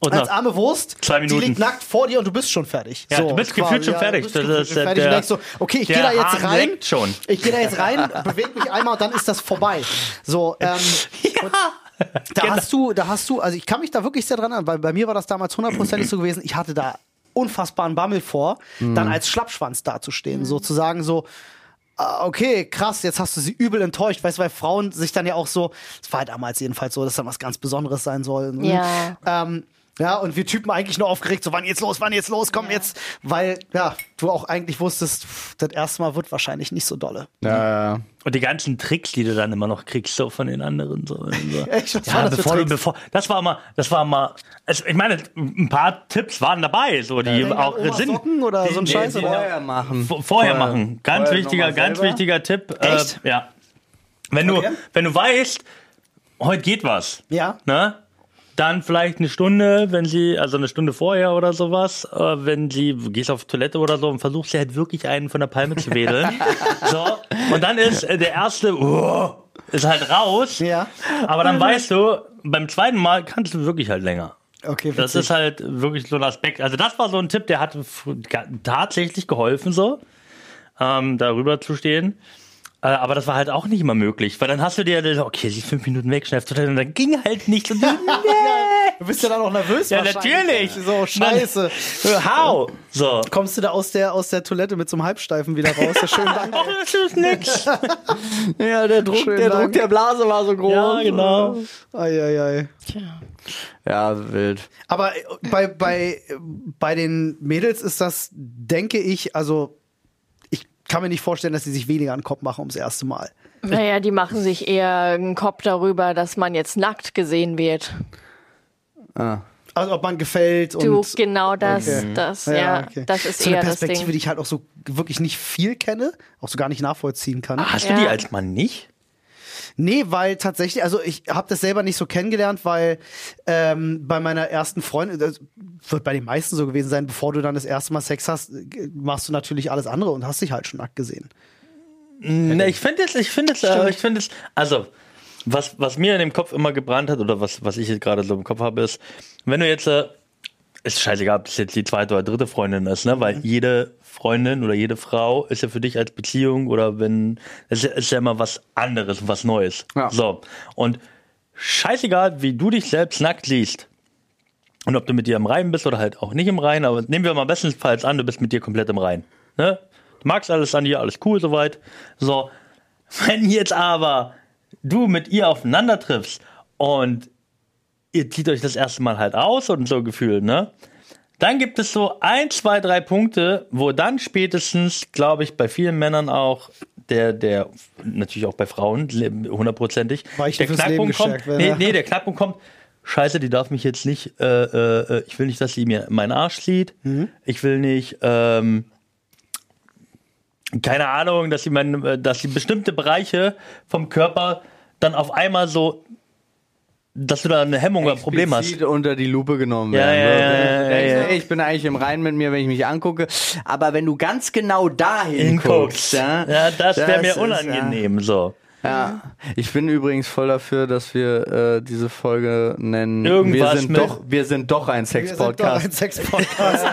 Und
als
nach-
arme Wurst,
Zwei Minuten.
die liegt nackt vor dir und du bist schon fertig.
Ja, du bist gefühlt schon fertig.
du bist
Das
gefühlt
ist
schon
der-
fertig.
der-
und denkst so, okay, ich
der
gehe da jetzt
Hahn
rein.
leckt schon.
Ich gehe da jetzt rein, [laughs] bewege mich einmal und dann ist das vorbei. So,
[laughs]
ähm, und da hast du, da hast du, also ich kann mich da wirklich sehr dran an, weil bei mir war das damals hundertprozentig so gewesen, ich hatte da unfassbaren Bammel vor,
Hm.
dann als Schlappschwanz dazustehen, sozusagen so, ah, okay, krass, jetzt hast du sie übel enttäuscht, weißt du, weil Frauen sich dann ja auch so, es war halt damals jedenfalls so, dass dann was ganz Besonderes sein soll. Mhm.
Ja.
Ähm, ja, und wir Typen eigentlich nur aufgeregt, so wann jetzt los, wann jetzt los, komm jetzt, weil ja, du auch eigentlich wusstest, pff, das erste Mal wird wahrscheinlich nicht so dolle.
Ja, ja.
Und die ganzen Tricks, die du dann immer noch kriegst, so von den anderen. So.
[laughs]
so.
Echt? Was war das
ja,
für
bevor du,
Tricks?
bevor, das war mal, das war mal, also ich meine, ein paar Tipps waren dabei, so, die
denk an
auch
Omas
sind.
Socken oder so ein
die-
Scheiß
die-
oder-
Vorher machen.
Vor- Vorher machen. Ganz
vorher
wichtiger,
nochmal
ganz
selber.
wichtiger Tipp.
Echt?
Äh, ja. Wenn du,
Okay.
wenn du weißt, heute geht was,
Ja.
ne? Dann vielleicht eine Stunde, wenn sie, also eine Stunde vorher oder sowas, äh, wenn sie, du gehst auf Toilette oder so und versuchst dir halt wirklich einen von der Palme
[laughs]
zu wedeln. so. Und dann ist äh, der erste, oh, ist halt raus.
Ja.
Aber dann weißt du, beim zweiten Mal kannst du wirklich halt länger.
Okay,
Das ist halt wirklich so ein Aspekt. Also das war so ein Tipp, der hat fr- ga- tatsächlich geholfen, so ähm, darüber zu stehen. Äh, aber das war halt auch nicht immer möglich, weil dann hast du dir so, okay, sie ist fünf Minuten weg, schnell auf Toilette und dann ging halt nicht. [laughs] Und du,
Du bist ja dann auch nervös.
Ja,
wahrscheinlich.
natürlich.
So, scheiße.
how? So.
Kommst du da aus der, aus der Toilette mit so einem Halbsteifen wieder raus? Ja, schön lang.
[laughs] Oh, das ist nix.
Ja, der Druck,
Schön
der,
lang.
Druck der Blase war so groß.
ja, genau.
Eieiei.
Tja.
Ja, wild.
Aber äh, bei, bei, äh, bei den Mädels ist das, denke ich, also ich kann mir nicht vorstellen, dass sie sich weniger an den Kopf machen ums erste Mal.
Naja, die machen sich eher einen Kopf darüber, dass man jetzt nackt gesehen wird.
Ah.
Also ob man gefällt und.
Du, genau das,
Okay.
das, ja,
okay.
das ist
so
eher
eine
das
Perspektive,
Ding.
die ich halt auch
Ah,
so wirklich nicht viel kenne, auch so gar nicht nachvollziehen kann.
Hast
Ja.
du die als Mann nicht?
Nee, weil tatsächlich, also ich habe das selber nicht so kennengelernt, weil ähm, bei meiner ersten Freundin, das wird bei den meisten so gewesen sein, bevor du dann das erste Mal Sex hast, g- machst du natürlich alles andere und hast dich halt schon nackt gesehen.
Ne, ich finde jetzt, ich finde jetzt, äh, ich finde jetzt, also, was, was mir in dem Kopf immer gebrannt hat oder was, was ich jetzt gerade so im Kopf habe, ist, wenn du jetzt, äh, ist scheißegal, ob das jetzt die zweite oder dritte Freundin ist, ne, weil jede Freundin oder jede Frau ist ja für dich als Beziehung oder wenn, es ist, ja- ist ja immer was anderes, was Neues.
Ja.
So. Und scheißegal, wie du dich selbst nackt siehst, und ob du mit dir im Reinen bist oder halt auch nicht im Reinen, aber nehmen wir mal bestenfalls an, du bist mit dir komplett im Reinen. Ne? Du magst alles an dir, alles cool soweit. So, [laughs] wenn jetzt aber du mit ihr aufeinander triffst und ihr zieht euch das erste Mal halt aus und so Gefühl, ne? Dann gibt es so ein, zwei, drei Punkte, wo dann spätestens, glaube ich, bei vielen Männern auch der, der, natürlich auch bei Frauen, le- hundertprozentig,
Weichen
der
fürs Leben
Knackpunkt kommt.
gestärkt werden,
Nee,
ja.
nee, der Knackpunkt kommt. Scheiße, die darf mich jetzt nicht, äh, äh, äh, ich will nicht, dass sie mir meinen Arsch sieht.
Mhm.
Ich will nicht, ähm, keine Ahnung, dass sie, mein, äh, dass sie bestimmte Bereiche vom Körper dann auf einmal so, dass du da eine Hemmung oder ein Problem hast.
Explizit unter die Lupe genommen
Ja,
werden. ne?
ja, ja, ja, ja,
Ich bin eigentlich im Reinen mit mir, wenn ich mich angucke. Aber wenn du ganz genau dahin guckst,
hinguckst.
ja,
Ja, das wäre mir
ist, ah.
unangenehm. So.
Ja. ja. Ich bin übrigens voll dafür, dass wir äh, diese Folge nennen.
Irgendwas
wir sind
mit-
doch, wir sind doch ein
Wir sind doch ein [laughs]
Sex-Podcast.
Sex-Podcast.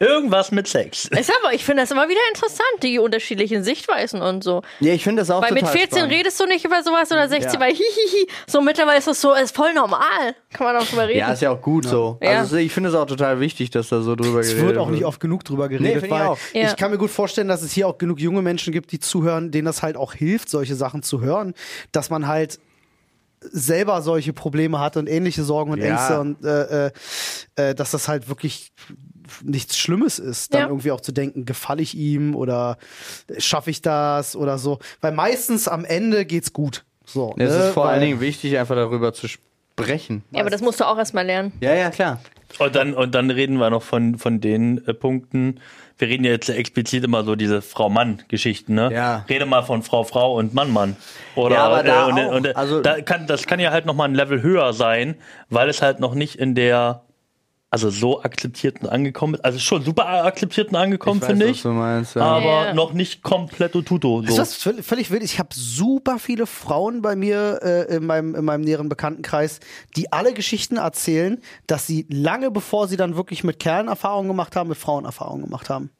Irgendwas mit Sex.
Ist aber, ich finde das immer wieder interessant, die unterschiedlichen Sichtweisen und so.
Ja, ich finde das auch
Weil mit
total
14
spannend.
redest du nicht über sowas oder 16,
Ja.
weil hihihi. So mittlerweile ist das so, ist voll normal. Kann man auch drüber reden.
Ja, ist ja auch gut so.
Ja.
Also ich finde es auch total wichtig, dass da so drüber
Es
geredet
wird auch nicht oft genug drüber
Nee,
geredet,
find ich
weil
auch.
ich
Ja.
kann mir gut vorstellen, dass es hier auch genug junge Menschen gibt, die zuhören, denen das halt auch hilft, solche Sachen zu hören, dass man halt selber solche Probleme hat und ähnliche Sorgen und
Ja.
Ängste und äh, äh, äh, dass das halt wirklich nichts Schlimmes ist, dann
Ja.
irgendwie auch zu denken, gefalle ich ihm oder schaffe ich das oder so, weil meistens am Ende geht's gut. So,
Es
ne?
ist vor
Weil-
allen Dingen wichtig, einfach darüber zu sprechen.
Ja, aber das musst du auch erstmal lernen.
Ja, ja, klar.
Und dann, und dann reden wir noch von, von den äh, Punkten. Wir reden ja jetzt explizit immer so diese Frau-Mann-Geschichten, ne?
Ja.
Rede mal von Frau-Frau und Mann-Mann. Oder
Ja, aber da
äh, und,
auch.
und, äh,
Also-
da kann, das kann ja halt nochmal ein Level höher sein, weil es halt noch nicht in der, also so akzeptierten angekommen ist. Also schon super akzeptierten angekommen,
weiß,
finde
was
ich.
du meinst, ja.
Ähm.
Aber
Ja.
noch nicht komplett tuto. So.
Ist das völ- völlig wild? Ich habe super viele Frauen bei mir äh, in, meinem, in meinem näheren Bekanntenkreis, die alle Geschichten erzählen, dass sie lange bevor sie dann wirklich mit Kerlen Erfahrungen gemacht haben, mit Frauen Erfahrungen gemacht haben.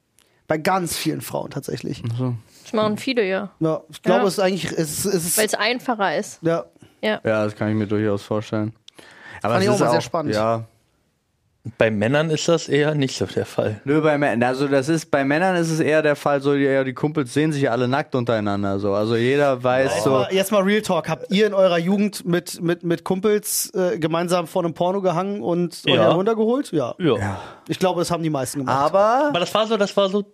Bei ganz vielen Frauen tatsächlich.
Das machen viele, ja.
Ja, ich glaube,
Ja.
es ist eigentlich. Es, ist- es
Weil
ist,
es einfacher ist.
ja.
Ja.
Ja, das kann ich mir durchaus vorstellen. Aber
Fand
es
ich auch
ist
mal sehr spannend.
Ja.
Bei Männern ist das eher nicht so der Fall.
Nö, bei Männern, also das ist, bei Männern ist es eher der Fall, so, ja, die Kumpels sehen sich alle nackt untereinander, so. Also jeder weiß
Jetzt
so.
mal- Jetzt mal Real Talk. Habt ihr in eurer Jugend mit, mit, mit Kumpels äh, gemeinsam vor einem Porno gehangen und euch
Ja.
einen runtergeholt? Ja.
ja.
Ich glaube, das haben die meisten gemacht.
Aber,
Aber das war so, das war so.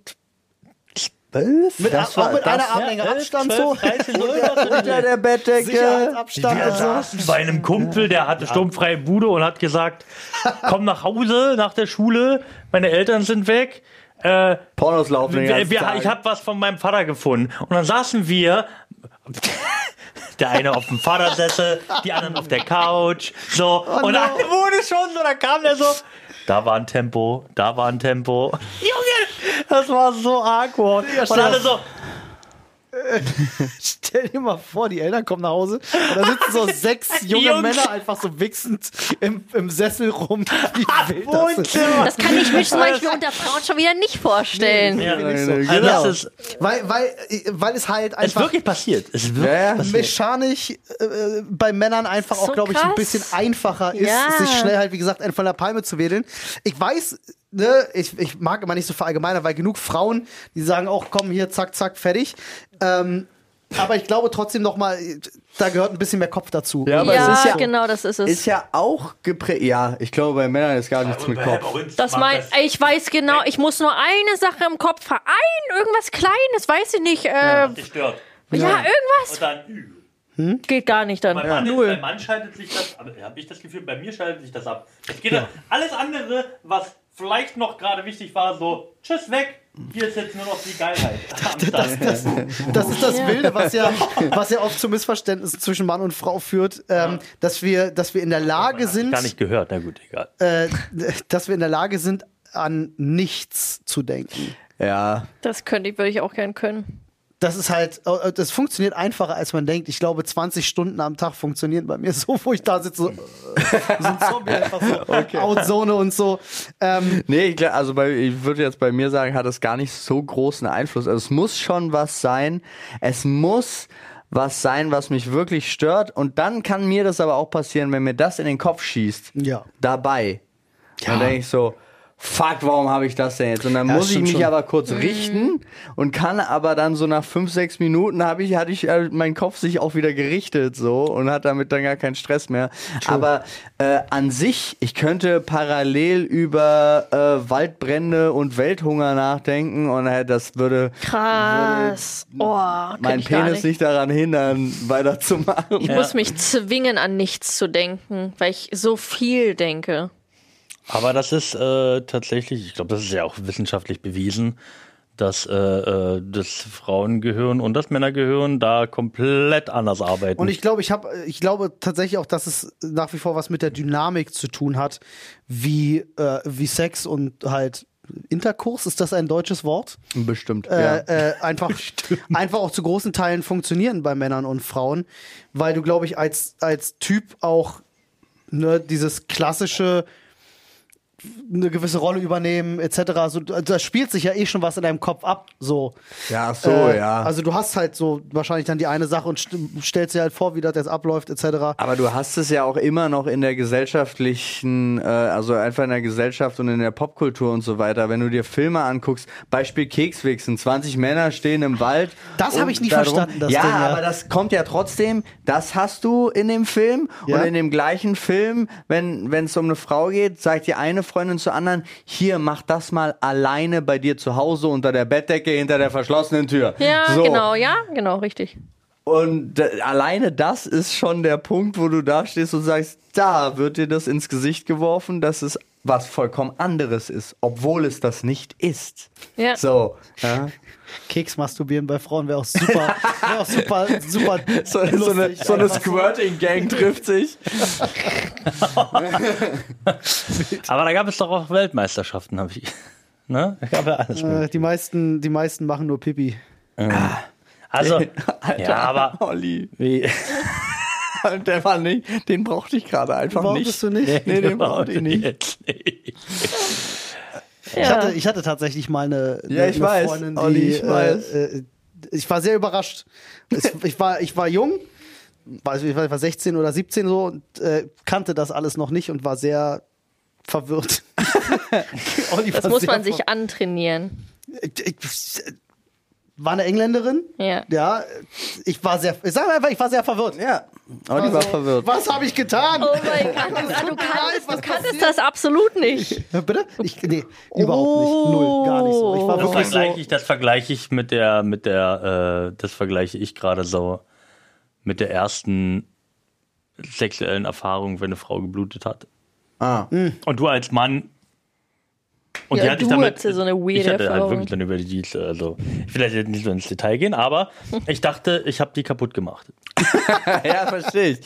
Zwölf?
mit,
das
auch
war-
mit
das-
einer Armlänge Abstand so.
13, [laughs] so irgendwas in
unter
der-
der Bettdecke.
Sicherheitsabstand
Wir
und
Also,
so.
saßen bei einem Kumpel, der hatte sturmfreie Bude und hat gesagt: Komm nach Hause nach der Schule, meine Eltern sind weg. Äh,
Pornos laufen den
wir,
ganzen
wir,
Tag.
ich habe was von meinem Vater gefunden. Und dann saßen wir. Der eine auf dem Vatersessel, die anderen auf der Couch. So.
Oh
und dann wurde schon so, da kam der so. Da war ein Tempo, da war ein Tempo. Junge, das war so awkward. und alle so,
Stell dir mal vor, die Eltern kommen nach Hause und da sitzen [laughs] so sechs junge
Jungs.
Männer einfach so wichsend im, im Sessel rum. Wie wild das ist.
Wohnzimmer.
Das kann ich mir zum Beispiel unter Frauen schon wieder nicht vorstellen.
Ja.
Genau.
Also das ist,
Weil, weil, äh, weil es halt
ist
einfach
wirklich passiert. Ist wirklich
Ja, ja.
mechanisch äh, bei Männern einfach
So
auch, glaube ich, ein
krass.
bisschen einfacher ist,
Ja.
sich schnell halt, wie gesagt, einen von der Palme zu wedeln. Ich weiß, ne, ich, ich mag immer nicht so verallgemeinern, weil genug Frauen, die sagen auch, komm hier, zack, zack, fertig. Ähm, aber ich glaube trotzdem nochmal, da gehört ein bisschen mehr Kopf dazu.
Ja, aber es ist ja-
genau, das ist es.
Ist ja auch geprägt. Ja, ich glaube, bei Männern ist gar nichts mit Kopf.
das mein, ich weiß genau, ich muss nur eine Sache im Kopf vereinen, irgendwas Kleines, weiß ich nicht. Äh, ja.
Stört.
irgendwas
Und dann,
geht gar nicht
Bei
dann.
Mann, ist, beim Mann schaltet sich das, aber habe ich das Gefühl, bei mir schaltet sich das ab. Es geht dann- alles andere, was vielleicht noch gerade wichtig war, so, tschüss, weg, Hier ist jetzt nur noch die Geilheit.
[laughs] Das, das, das ist das Wilde, was ja, was ja oft zu Missverständnissen zwischen Mann und Frau führt, ähm, dass, wir, dass wir in der Lage sind,
Oh Gar nicht gehört, na gut, egal.
äh, dass wir in der Lage sind, an nichts zu denken.
Ja,
Das könnte ich, würde ich auch gern können.
Das ist halt, äh, das funktioniert einfacher, als man denkt. Ich glaube, 20 Stunden am Tag funktionieren bei mir [laughs] so, wo ich da sitze, so, äh, [laughs] so ein Zombie einfach so, Outzone und so. Ähm,
[laughs] Nee, ich, glaub- also bei, ich würde jetzt bei mir sagen, hat es gar nicht so großen Einfluss. Also es muss schon was sein. Es muss was sein, was mich wirklich stört. Und dann kann mir das aber auch passieren, wenn mir das in den Kopf schießt.
Ja.
Dabei. Dann denke ich so, fuck, warum habe ich das denn jetzt? Und dann
Ja,
muss ich
stimmt
mich
schon.
aber kurz
Mhm.
richten und kann aber dann so nach fünf, sechs Minuten habe ich, hatte ich äh, mein Kopf sich auch wieder gerichtet so und hat damit dann gar keinen Stress mehr. Aber äh, an sich, ich könnte parallel über äh, Waldbrände und Welthunger nachdenken und äh, das würde
Krass. Oh, mein
meinen
ich gar
Penis
nicht.
nicht. daran hindern, weiterzumachen.
Ich muss mich zwingen, an nichts zu denken, weil ich so viel denke.
Aber das ist äh, tatsächlich, ich glaube, das ist ja auch wissenschaftlich bewiesen, dass äh, äh, das Frauengehirn und das Männergehirn da komplett anders arbeiten.
Und ich glaube, ich habe, ich glaube tatsächlich auch, dass es nach wie vor was mit der Dynamik zu tun hat, wie, äh, wie Sex und halt Interkurs, ist das ein deutsches Wort?
Bestimmt. ja.
äh, äh, einfach,
[laughs]
einfach auch zu großen Teilen funktionieren bei Männern und Frauen, weil du, glaube ich, als, als Typ auch ne, dieses klassische eine gewisse Rolle übernehmen, etc. So, da spielt sich ja eh schon was in deinem Kopf ab. So.
Ja, ach so, ja.
Also du hast halt so wahrscheinlich dann die eine Sache und st stellst dir halt vor, wie das jetzt abläuft, etc.
Aber du hast es ja auch immer noch in der gesellschaftlichen, äh, also einfach in der Gesellschaft und in der Popkultur und so weiter. Wenn du dir Filme anguckst, Beispiel Kekswichsen, 20 Männer stehen im Wald.
Das hab
und
ich nie
darum-
verstanden, das
ja,
Ding, ja.
aber das kommt ja trotzdem, das hast du in dem Film
Ja.
und in dem gleichen Film, wenn es um eine Frau geht, sagt die eine Freundin zur anderen, hier, mach das mal alleine bei dir zu Hause unter der Bettdecke, hinter der verschlossenen Tür.
Ja,
so.
genau, ja, genau, richtig.
Und d- alleine das ist schon der Punkt, wo du da stehst und sagst, da wird dir das ins Gesicht geworfen, dass es was vollkommen anderes ist, obwohl es das nicht ist.
Ja.
So, ja.
Keks masturbieren bei Frauen wäre auch super, [laughs] wäre auch super, super.
[laughs]
[laughs]
so, so eine,
lustig,
so eine
einfach
Squirting-Gang trifft sich.
Aber da gab es doch auch Weltmeisterschaften, habe ich. [laughs] Ne? Da gab ja alles.
Äh,
Mögliche.
die, meisten, die meisten machen nur Pipi. [laughs]
Also,
[laughs] Alter,
ja, aber
Olli,
wie,
der war nicht, den brauchte ich gerade einfach
Warum
nicht.
bist du nicht?
Nee, den brauchte ich nicht.
[laughs]
Jetzt nicht.
Ich,
Ja.
hatte, ich hatte tatsächlich mal eine, eine,
Ja, ich
eine
weiß,
Freundin, die,
Olli, ich
äh,
weiß.
Äh, ich war sehr überrascht. Es, [laughs] ich, war, ich war jung, weiß nicht, ich war 16 oder 17 so und äh, kannte das alles noch nicht und war sehr
[laughs]
verwirrt. Olli
Das
war
muss
sehr
man sich
ver-
antrainieren.
Ich- ich- War eine Engländerin?
Ja.
Ja, ich war sehr, ich sag mal einfach, ich war sehr verwirrt. Oh.
Ja, Olli
Also,
war verwirrt.
Was habe ich getan?
Oh mein
[laughs]
Gott, du, du kanntest,
was
du kanntest das absolut
[laughs]
nicht.
Ja, Bitte? Ich, nee, überhaupt nicht. Null, gar nicht so. Ich war
Oh.
Das
wirklich
vergleiche
so.
ich, das vergleiche ich mit der, mit der, äh, das vergleiche ich gerade so mit der ersten sexuellen Erfahrung, wenn eine Frau geblutet hat.
Ah.
Hm.
Und du als Mann. Und
Ja,
die hat dich
du
damit,
hattest so eine weirde
ich hatte halt
Erfahrung.
wirklich dann über die, die- also ich will jetzt nicht so ins Detail gehen, aber ich dachte, ich habe die kaputt gemacht.
Ja, verstehe ich.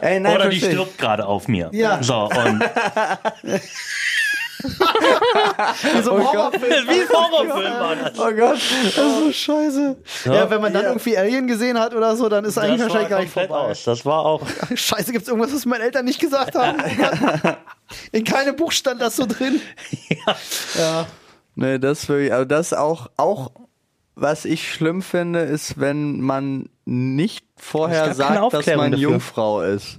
Ey, nein,
Oder die
verstehe ich.
stirbt gerade auf mir.
Ja.
So, und [laughs]
In so einem
Oh
Horrorfilm.
wie ein Horrorfilm war das.
Oh Gott, das ist so
Scheiße. Ja, wenn man dann irgendwie Alien gesehen hat oder so, dann ist eigentlich
Das war
wahrscheinlich gar nicht
komplett
vorbei.
aus. Das war auch.
Scheiße, gibt's irgendwas, was meine Eltern nicht gesagt haben? In keinem Buch stand das so drin. Ja.
Nee, Ne, das wirklich, aber das auch, auch, was ich schlimm finde, ist, wenn man nicht
Also Es
vorher
gab keine
sagt, dass
Aufklärung
man
dafür.
Jungfrau ist.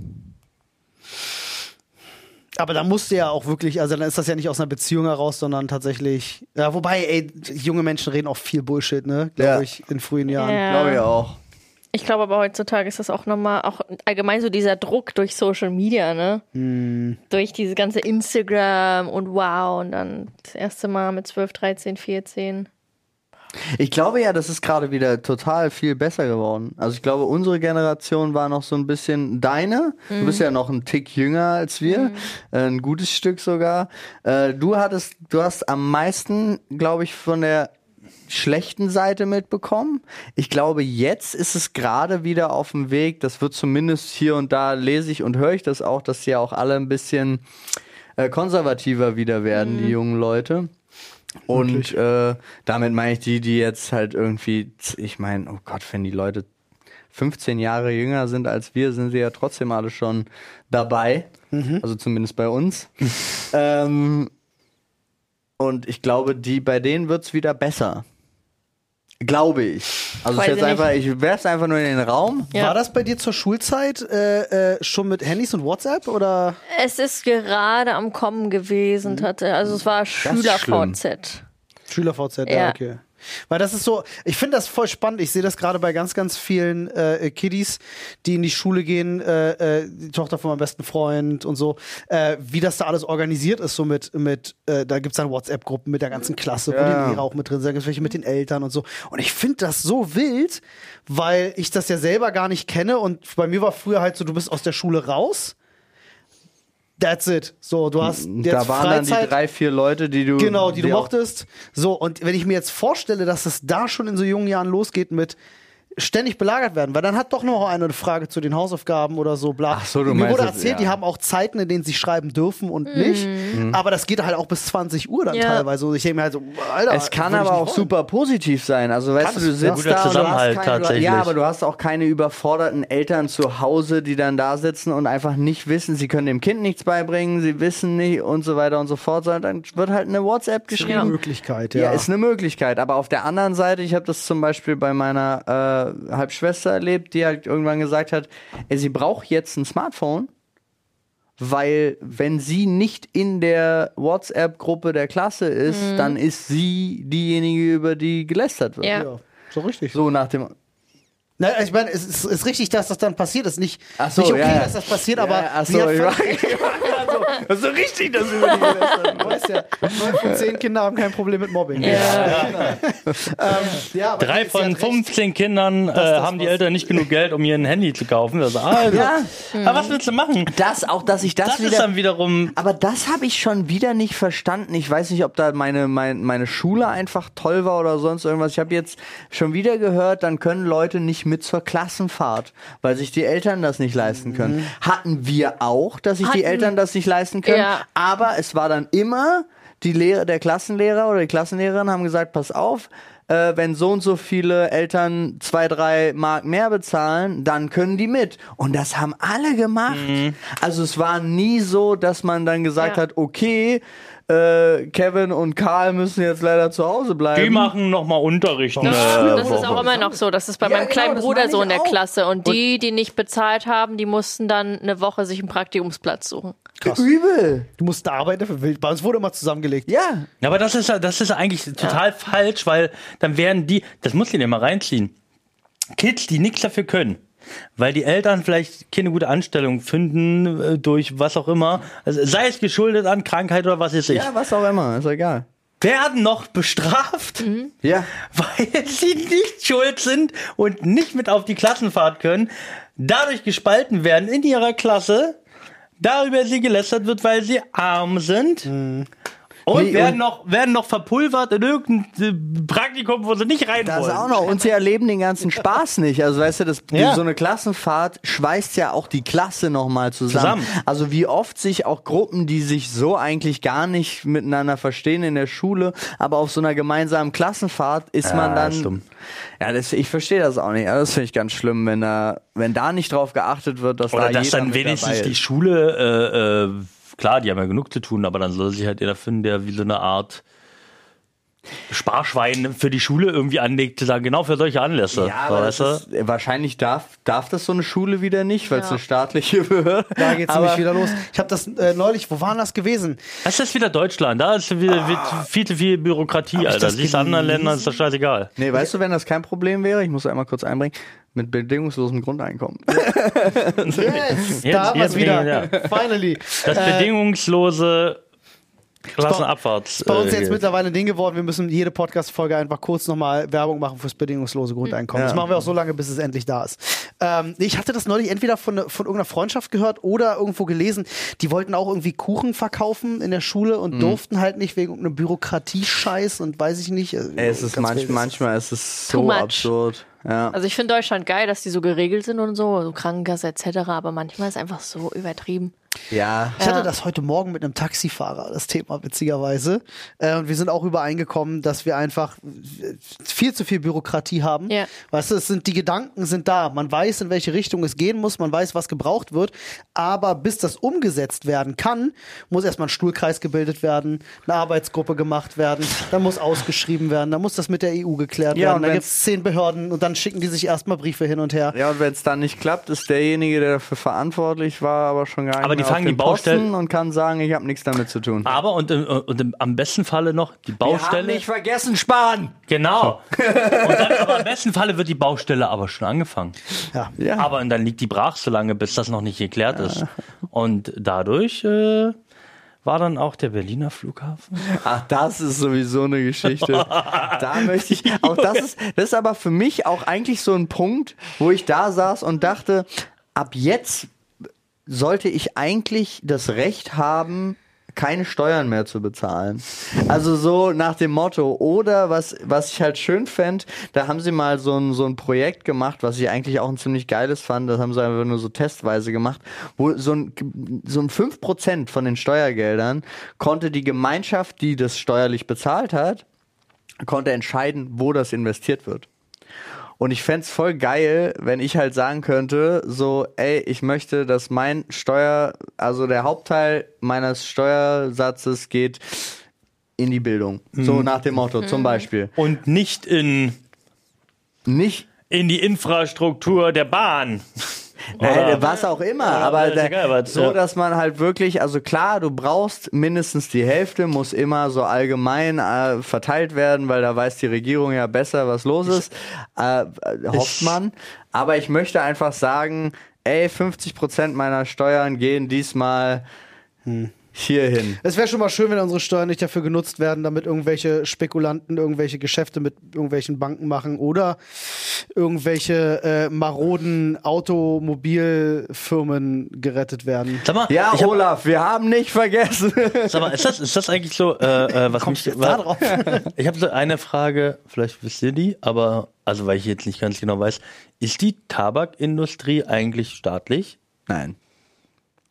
Aber da musst du ja auch wirklich, also dann ist das ja nicht aus einer Beziehung heraus, sondern tatsächlich. Ja, wobei, ey, junge Menschen reden auch viel Bullshit, ne? Glaube
Ja.
ich, in frühen Jahren.
Ja.
Glaube ich auch.
Ich glaube aber heutzutage ist das auch nochmal, auch allgemein so dieser Druck durch Social Media, ne?
Hm.
Durch diese ganze Instagram und wow und dann das erste Mal mit 12, 13, 14.
Ich glaube ja, das ist gerade wieder total viel besser geworden. Also ich glaube, unsere Generation war noch so ein bisschen deine. Du bist ja noch ein Tick jünger als wir, äh, ein gutes Stück sogar. Äh, du hattest, du hast am meisten, glaube ich, von der schlechten Seite mitbekommen. Ich glaube, jetzt ist es gerade wieder auf dem Weg. Das wird zumindest hier und da lese ich und höre ich das auch, dass sie ja auch alle ein bisschen äh, konservativer wieder werden,
Mhm.
die jungen Leute. Und äh, damit meine ich die, die jetzt halt irgendwie, ich meine, oh Gott, wenn die Leute 15 Jahre jünger sind als wir, sind sie ja trotzdem alle schon dabei.
Mhm.
Also zumindest bei uns. [laughs] ähm, und ich glaube, die, bei denen wird es wieder besser. Glaube ich. Also
Weiß
ich, jetzt
ich
einfach, ich werf's einfach nur in den Raum.
Ja.
War das bei dir zur Schulzeit äh, äh, schon mit Handys und WhatsApp oder?
Es ist gerade am Kommen
Mhm.
gewesen, hatte. Also es war
schlimm.
Schüler-VZ.
SchülerVZ, ja.
Ja.
okay. Weil das ist so, ich finde das voll spannend. Ich sehe das gerade bei ganz, ganz vielen äh, Kiddies, die in die Schule gehen, äh, äh, die Tochter von meinem besten Freund und so, äh, wie das da alles organisiert ist, so mit, mit äh, da gibt's dann WhatsApp-Gruppen mit der ganzen Klasse, wo
Ja.
die Lehrer auch mit drin sind, da gibt's welche mit den Eltern und so. Und ich finde das so wild, weil ich das ja selber gar nicht kenne und bei mir war früher halt so, du bist aus der Schule raus. That's it. So, du hast jetzt
Da waren dann
Freizeit.
die drei, vier Leute, Hm, die du.
Genau, die du
auch-
mochtest. So, und wenn ich mir jetzt vorstelle, dass es da schon in so jungen Jahren losgeht mit ständig belagert werden, weil dann hat doch noch einer eine Frage zu den Hausaufgaben oder so, bla.
Ach so, du
Mir
meinst
wurde
das,
erzählt,
ja. Mhm.
die haben auch Zeiten, in denen sie schreiben dürfen und nicht, aber das geht halt auch bis 20 Uhr dann
Ja.
teilweise. Und ich denke mir halt so, Alter.
Es kann
würd ich
aber auch
nicht wollen.
super positiv sein. Also weißt
Kann
du, du
es, ja.
sitzt
Guter
da und du hast
Zusammenhalt
keine,
tatsächlich.
Ja, aber du hast auch keine überforderten Eltern zu Hause, die dann da sitzen und einfach nicht wissen, sie können dem Kind nichts beibringen, sie wissen nicht und so weiter und so fort, sondern dann wird halt eine WhatsApp geschrieben.
Eine Möglichkeit,
Ja,
ja.
ist eine Möglichkeit. Aber auf der anderen Seite, ich habe das zum Beispiel bei meiner äh, Halbschwester erlebt, die halt irgendwann gesagt hat, ey, sie braucht jetzt ein Smartphone, weil wenn sie nicht in der WhatsApp-Gruppe der Klasse ist, dann ist sie diejenige, über die gelästert wird.
Ja.
ja, so richtig.
So nach dem.
Na, ich meine, es ist, ist richtig, dass das dann passiert ist. Nicht,
Ach so,
nicht okay,
ja, ja.
dass das passiert,
Ja,
aber
ja, ach
sie
so,
hat
ich
ver-
war- [laughs] Das ist so richtig, dass über die gelästert
Du weißt ja, neun von zehn Kinder haben kein Problem mit Mobbing.
Ja.
Ähm, ja, aber
Drei
sie
von
hat recht.
15 Kindern äh,
das
haben die
was-
Eltern nicht genug Geld, um ihr ein Handy zu kaufen. Also, also,
Ja.
Aber was willst du machen?
Das, auch dass ich das,
Das
wieder.
ist dann wiederum.
Aber das habe ich schon wieder nicht verstanden. Ich weiß nicht, ob da meine, mein, meine Schule einfach toll war oder sonst irgendwas. Ich habe jetzt schon wieder gehört, dann können Leute nicht mit zur Klassenfahrt, weil sich die Eltern das nicht leisten können. Hatten wir auch, dass sich die
Mhm. Hatten-
Eltern das nicht leisten können.
Ja.
Aber es war dann immer, die Lehrer, der Klassenlehrer oder die Klassenlehrerin haben gesagt, pass auf, äh, wenn so und so viele Eltern zwei, drei Mark mehr bezahlen, dann können die mit. Und das haben alle gemacht.
Mhm.
Also es war nie so, dass man dann gesagt
Ja.
hat, okay, äh, Kevin und Karl müssen jetzt leider zu Hause bleiben.
Die machen nochmal Unterricht.
äh,
Das,
eine
das ist
Woche.
auch immer noch so. Das ist bei
Ja,
meinem
genau,
kleinen
das
Bruder
meine
so
ich
in der
auch.
Klasse. Und die, die nicht bezahlt haben, die mussten dann eine Woche sich einen Praktikumsplatz suchen.
Übel.
Du musst da arbeiten für wild. Bei uns wurde immer zusammengelegt.
Ja.
Ja, aber das ist, ja- das ist ja eigentlich total falsch, weil dann werden die, das muss ich dir mal reinziehen, Kids, die nichts dafür können, weil die Eltern vielleicht keine gute Anstellung finden äh, durch was auch immer, also sei es geschuldet an Krankheit oder was weiß ich,
Ja, was auch immer, ist egal.
werden noch bestraft,
Ja.
weil [laughs] sie nicht schuld sind und nicht mit auf die Klassenfahrt können, dadurch gespalten werden in ihrer Klasse, darüber sie gelästert wird, weil sie arm sind. Und
Nee,
werden,
Hm. und-
noch, werden noch verpulvert in irgendein äh, Praktikum, wo sie nicht rein
Das
wollen.
auch noch. Und sie erleben den
[laughs]
ganzen Spaß nicht. Also weißt du, das, die-
Ja.
so eine Klassenfahrt schweißt ja auch die Klasse nochmal zusammen.
Zusammen.
Also wie oft sich auch Gruppen, die sich so eigentlich gar nicht miteinander verstehen in der Schule, aber auf so einer gemeinsamen Klassenfahrt ist man dann.
ist dumm.
Ja, das, ich verstehe das auch nicht. Also, Das finde ich ganz schlimm, wenn da, wenn da nicht drauf geachtet wird, dass
Oder
da
dass
jeder
dann
mit
wenigstens
dabei
die
ist.
Schule, äh, äh, klar, die haben ja genug zu tun, aber dann soll sich halt jeder finden, der wie so eine Art Sparschwein für die Schule irgendwie anlegt, zu sagen, genau für solche Anlässe.
Ja, aber das
weißt du?
ist, wahrscheinlich darf, darf das so eine Schule wieder nicht, weil es
Ja.
eine staatliche [laughs] Behörde.
Da geht's
Aber-
nämlich wieder los. Ich habe das äh, neulich, wo war das gewesen?
Das ist wieder Deutschland, da ist wieder wird viel zu viel Bürokratie, Alter.
Ah. das
Siehst du anderen Ländern ist das scheißegal.
Nee, weißt du, wenn das kein Problem wäre, ich muss einmal kurz einbringen, mit bedingungslosem Grundeinkommen.
Yes,
[laughs] Jetzt-
da haben wir's
jetzt
wieder.
ging-
Finally.
Das bedingungslose Klassenabfahrt.
Ist bei uns
äh,
jetzt
hier.
mittlerweile ein Ding geworden, wir müssen jede Podcast-Folge einfach kurz nochmal Werbung machen fürs bedingungslose Grundeinkommen.
Hm. Ja.
Das machen wir auch so lange, bis es endlich da ist. Ähm, ich hatte das neulich entweder von, ne- von irgendeiner Freundschaft gehört oder irgendwo gelesen. Die wollten auch irgendwie Kuchen verkaufen in der Schule
Hm.
und durften halt nicht wegen einem Bürokratiescheiß und weiß ich nicht. äh,
Ey, es ist
ganz
manch,
wildes.
manchmal ist es
Too
so
much.
absurd. Ja.
Also ich finde Deutschland geil, dass die so geregelt sind und so, so Krankenkasse etc., aber manchmal ist einfach so übertrieben.
ja.
Ich hatte
Ja.
das heute Morgen mit einem Taxifahrer, das Thema, witzigerweise. Äh, und wir sind auch übereingekommen, dass wir einfach äh, viel zu viel Bürokratie haben.
Ja.
Weißt du, es sind, die Gedanken sind da. Man weiß, in welche Richtung es gehen muss, man weiß, was gebraucht wird. Aber bis das umgesetzt werden kann, muss erstmal ein Stuhlkreis gebildet werden, eine Arbeitsgruppe gemacht werden, dann muss ausgeschrieben werden, dann muss das mit der EU geklärt
Ja,
werden.
und
dann gibt
wenn's-
es zehn Behörden und dann schicken die sich erstmal Briefe hin und her.
Ja, und wenn es dann nicht klappt, ist derjenige, der dafür verantwortlich war, aber schon gar nicht
Aber die
mehr auf
fangen die
dem Posten
Baustellen-
und kann sagen, ich habe nichts damit zu tun.
Aber und, im, und im, am besten Falle noch die Baustelle.
vergessen, sparen!
[laughs]
genau. und dann, aber am besten Falle wird die Baustelle aber schon angefangen.
Ja. Ah.
Ja.
Aber und dann liegt die brach so lange, bis das noch nicht geklärt ist. Und dadurch äh, war dann auch der Berliner Flughafen.
Ach, Ah, das ist sowieso eine
[laughs]
Geschichte. da möchte ich. Auch das ist, das ist aber für mich auch eigentlich so ein Punkt, wo ich da saß und dachte, ab jetzt sollte ich eigentlich das Recht haben, keine Steuern mehr zu bezahlen. Also so nach dem Motto. Oder was, was ich halt schön fänd, da haben sie mal so ein, so ein Projekt gemacht, was ich eigentlich auch ein ziemlich geiles fand, das haben sie einfach nur so testweise gemacht, wo so ein, so ein 5% von den Steuergeldern konnte die Gemeinschaft, die das steuerlich bezahlt hat, konnte entscheiden, wo das investiert wird. Und ich fänd's voll geil, wenn ich halt sagen könnte, so, ey, ich möchte, dass mein Steuer, also der Hauptteil meines Steuersatzes geht in die Bildung. So nach dem Motto, zum Beispiel.
Und nicht in,
Nicht,
in die Infrastruktur der Bahn.
nein,
Oder-
was auch immer,
Ja,
aber
ist
da,
egal, aber- äh,
so,
ja.
dass man halt wirklich, also klar, du brauchst mindestens die Hälfte, muss immer so allgemein äh, verteilt werden, weil da weiß die Regierung ja besser, was los ist, äh, äh, hofft man. Aber ich möchte einfach sagen, ey, 50% meiner Steuern gehen diesmal
Hm.
hierhin.
Es wäre schon mal schön, wenn unsere Steuern nicht dafür genutzt werden, damit irgendwelche Spekulanten irgendwelche Geschäfte mit irgendwelchen Banken machen oder irgendwelche äh, maroden Automobilfirmen gerettet werden.
Sag mal,
Ja,
ich hab,
Olaf, wir haben nicht vergessen. [laughs]
sag mal, ist das, ist das eigentlich so, äh, äh, was mich,
Kommst du jetzt da
wa-
drauf?
[laughs] Ich habe so eine Frage, vielleicht wisst ihr die, aber, also weil ich jetzt nicht ganz genau weiß, ist die Tabakindustrie eigentlich staatlich?
Nein.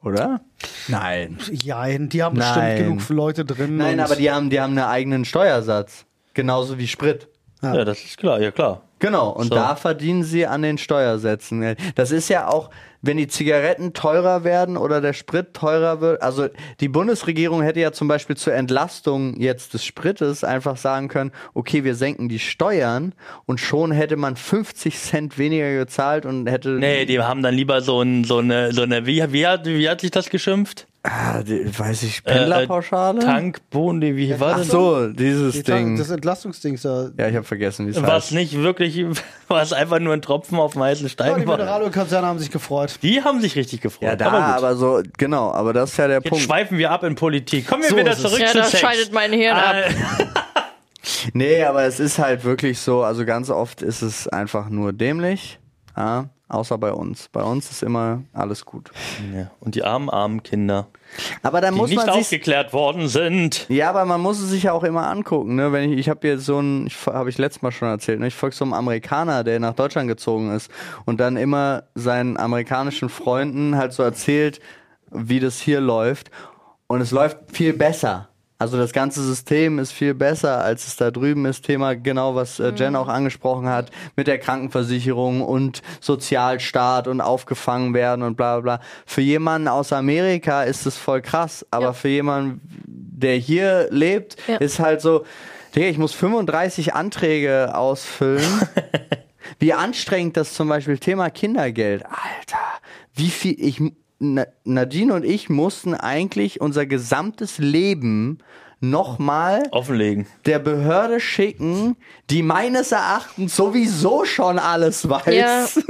Oder? Nein.
Jein, die haben bestimmt
Nein.
genug Leute drin.
Nein,
und-
aber die haben, die haben einen eigenen Steuersatz. Genauso wie Sprit.
Ja, das ist klar, ja klar.
Genau, und
So.
da verdienen sie an den Steuersätzen. Das ist ja auch, wenn die Zigaretten teurer werden oder der Sprit teurer wird. Also die Bundesregierung hätte ja zum Beispiel zur Entlastung jetzt des Sprites einfach sagen können, okay, wir senken die Steuern und schon hätte man 50 Cent weniger gezahlt und hätte...
Nee, die haben dann lieber so, ein, so eine, so eine wie, wie, hat, wie hat sich das geschimpft?
Ah, die, weiß ich,
Äh, äh,
Pendlerpauschale?
Tankbohnen, die- wie war
Ach
das?
so, dieses
die Ding.
Ding.
Das Entlastungsding da.
ja, ich habe vergessen, wie es
Was
heißt.
nicht wirklich, [laughs] was einfach nur ein Tropfen auf dem heißen
Ja,
Stein
die
war.
Mineralölkonzerne haben sich gefreut.
Die haben sich richtig gefreut.
Ja, da,
aber
aber,
gut.
so, genau, aber das ist ja der
Jetzt
Punkt.
schweifen wir ab in Politik. Kommen wir
So
wieder
ist es.
zurück
Ja,
zu
das
Sex.
schaltet mein Hirn
Äh,
Nee, aber es ist halt wirklich so, also ganz oft ist es einfach nur dämlich, ja, außer bei uns. Bei uns ist immer alles gut.
Ja, und die armen, armen Kinder,
Aber dann
die
muss
nicht
man sich
aufgeklärt worden sind.
ja, aber man muss es sich ja auch immer angucken, ne? Wenn ich, ich habe jetzt so einen, ich, habe ich letztes Mal schon erzählt, ne? Ich folge so einem Amerikaner, der nach Deutschland gezogen ist und dann immer seinen amerikanischen Freunden halt so erzählt, wie das hier läuft. Und es läuft viel besser. Also das ganze System ist viel besser, als es da drüben ist. Thema genau, was äh,
Mhm.
Jen auch angesprochen hat, mit der Krankenversicherung und Sozialstaat und aufgefangen werden und bla bla bla. Für jemanden aus Amerika ist es voll krass, aber
Ja.
für jemanden, der hier lebt,
Ja.
ist halt so, Digga, ich muss 35 Anträge
[laughs]
ausfüllen. Wie anstrengend das zum Beispiel Thema Kindergeld. Alter, wie viel ich Na- Nadine und ich mussten eigentlich unser gesamtes Leben nochmal
Offenlegen.
der Behörde schicken, die meines Erachtens sowieso schon alles
Ja.
[laughs] weiß.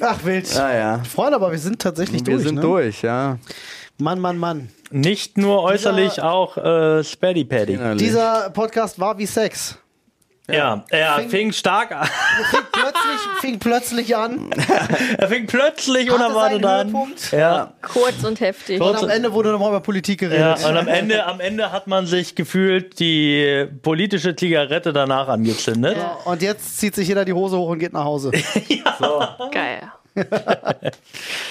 Ach wild.
Naja,
Freunde, aber wir sind tatsächlich
Ah, wir
Ah, durch.
sind
ne?
durch, ja.
Mann, Mann, Mann.
Nicht nur äußerlich, auch äh, Spaddy Paddy. Ja,
Dieser Podcast war wie Sex.
er
Fing-
fing, stark an. [laughs]
Fing plötzlich, fing plötzlich an.
er fing plötzlich
Hatte
unerwartet
seinen
an.
Höhepunkt.
Ja.
Kurz und heftig.
Und am Ende wurde nochmal über Politik
Ja,
geredet.
und am Ende, am Ende hat man sich gefühlt die politische Zigarette danach angezündet.
Ja.
Und jetzt zieht sich jeder die Hose hoch und geht nach Hause.
Geil.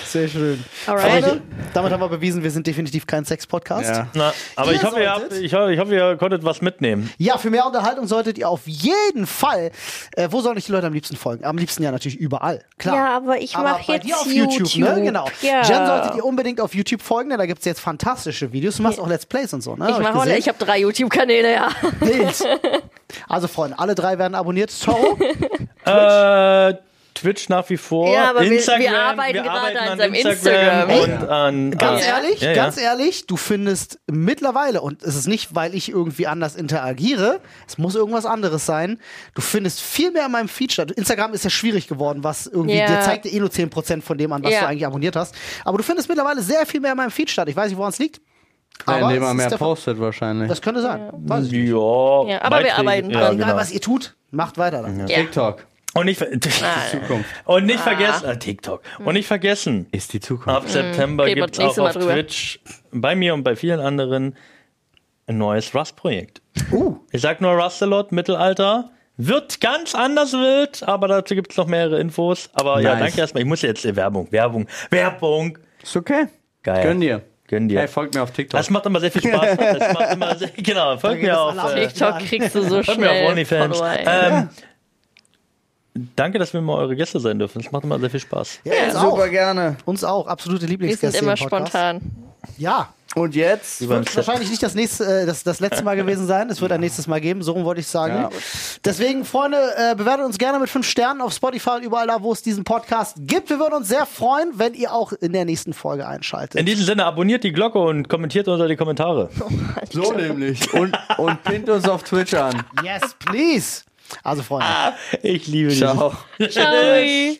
Sehr schön.
Alright.
Freunde, damit haben wir bewiesen, wir sind definitiv kein Sex-Podcast. Ja.
Ja.
Na, aber
Ihr
ich hoffe, ihr habt,
solltet-
ich, hoffe, ich hoffe, ihr konntet was mitnehmen.
für mehr Unterhaltung solltet ihr auf jeden Fall. Äh, wo sollen euch die Leute am liebsten folgen? Am liebsten ja natürlich überall. Klar.
Ja, aber ich
Aber
mache
bei
jetzt
dir auf YouTube, ne? Genau.
Ja.
Jen solltet ihr unbedingt auf YouTube folgen, denn da gibt es jetzt fantastische Videos. Du machst auch Let's Plays und so, ne?
ich
Hab
mache auch,
gesehen.
ich habe drei YouTube-Kanäle, ja.
Bild. Also, Freunde, alle drei werden abonniert.
[laughs]
Toro,
Äh, Twitch nach wie vor.
Ja, aber wir- wir
Instagram,
arbeiten gerade an seinem Instagram.
und an.
ganz
Ah.
an,
ehrlich,
ja, ja.
ganz ehrlich, du findest mittlerweile, und es ist nicht, weil ich irgendwie anders interagiere, es muss irgendwas anderes sein, du findest viel mehr in meinem Feed statt. Instagram ist ja schwierig geworden, was irgendwie,
Ja.
dir zeigt ja eh nur 10% von dem an, was
Ja.
du eigentlich abonniert hast. Aber du findest mittlerweile sehr viel mehr in meinem Feed statt. Ich weiß nicht, woran es liegt.
Ja,
Aber
indem
es
er
ist
mehr
der Fall.
postet wahrscheinlich.
Das könnte sein. Weiß ich nicht.
Ja,
Ja, aber wir
Beiträge,
arbeiten
ja,
dran.
Egal,
genau.
was ihr tut, macht weiter dann.
Ja.
TikTok.
Und nicht, ver- [laughs]
Ah.
Zukunft.
und nicht vergessen, äh, TikTok. Und nicht vergessen,
Ist die Zukunft.
ab September
Hm. reden wir
gibt es auch
nächstes Mal
auf
drüber.
Twitch bei mir und bei vielen anderen ein neues Rust-Projekt.
Uh.
Ich sag nur Rustalot, Mittelalter. Wird ganz anders wild, aber dazu gibt es noch mehrere Infos. Aber ja,
Nice.
danke erstmal. Ich muss jetzt äh, Werbung, Werbung, Werbung.
Ist okay.
Geil.
Gönn dir.
Gönn dir.
Hey, folgt mir auf TikTok.
Das macht immer sehr viel
[laughs]
Spaß. Das macht immer sehr, genau, folgt mir auf,
alle
äh,
TikTok kriegst du so
folgt mir
schnell.
auf OnlyFans.
Follower,
Äh,
Ähm,
ey.
Danke, dass wir mal eure Gäste sein dürfen. Das macht immer sehr viel Spaß.
Ja, uns
Super
auch.
gerne.
Uns auch. Absolute
Wir
Lieblingsgäste.
sind immer
im Podcast.
spontan.
Ja.
Und jetzt?
Beim
Wird wahrscheinlich nicht das nächste, äh, das, das letzte Mal gewesen sein. Es wird ein nächstes Mal geben, so rum wollte ich sagen.
Ja.
Deswegen, Freunde, äh, bewertet uns gerne mit fünf Sternen auf Spotify und überall da, wo es diesen Podcast gibt. Wir würden uns sehr freuen, wenn ihr auch in der nächsten Folge einschaltet.
In diesem Sinne, abonniert die Glocke und kommentiert unter die Kommentare.
So nämlich. Und, und pinnt uns auf Twitch an.
yes, please. Also, Freunde.
Ich liebe dich.
Ciao.
Ciao.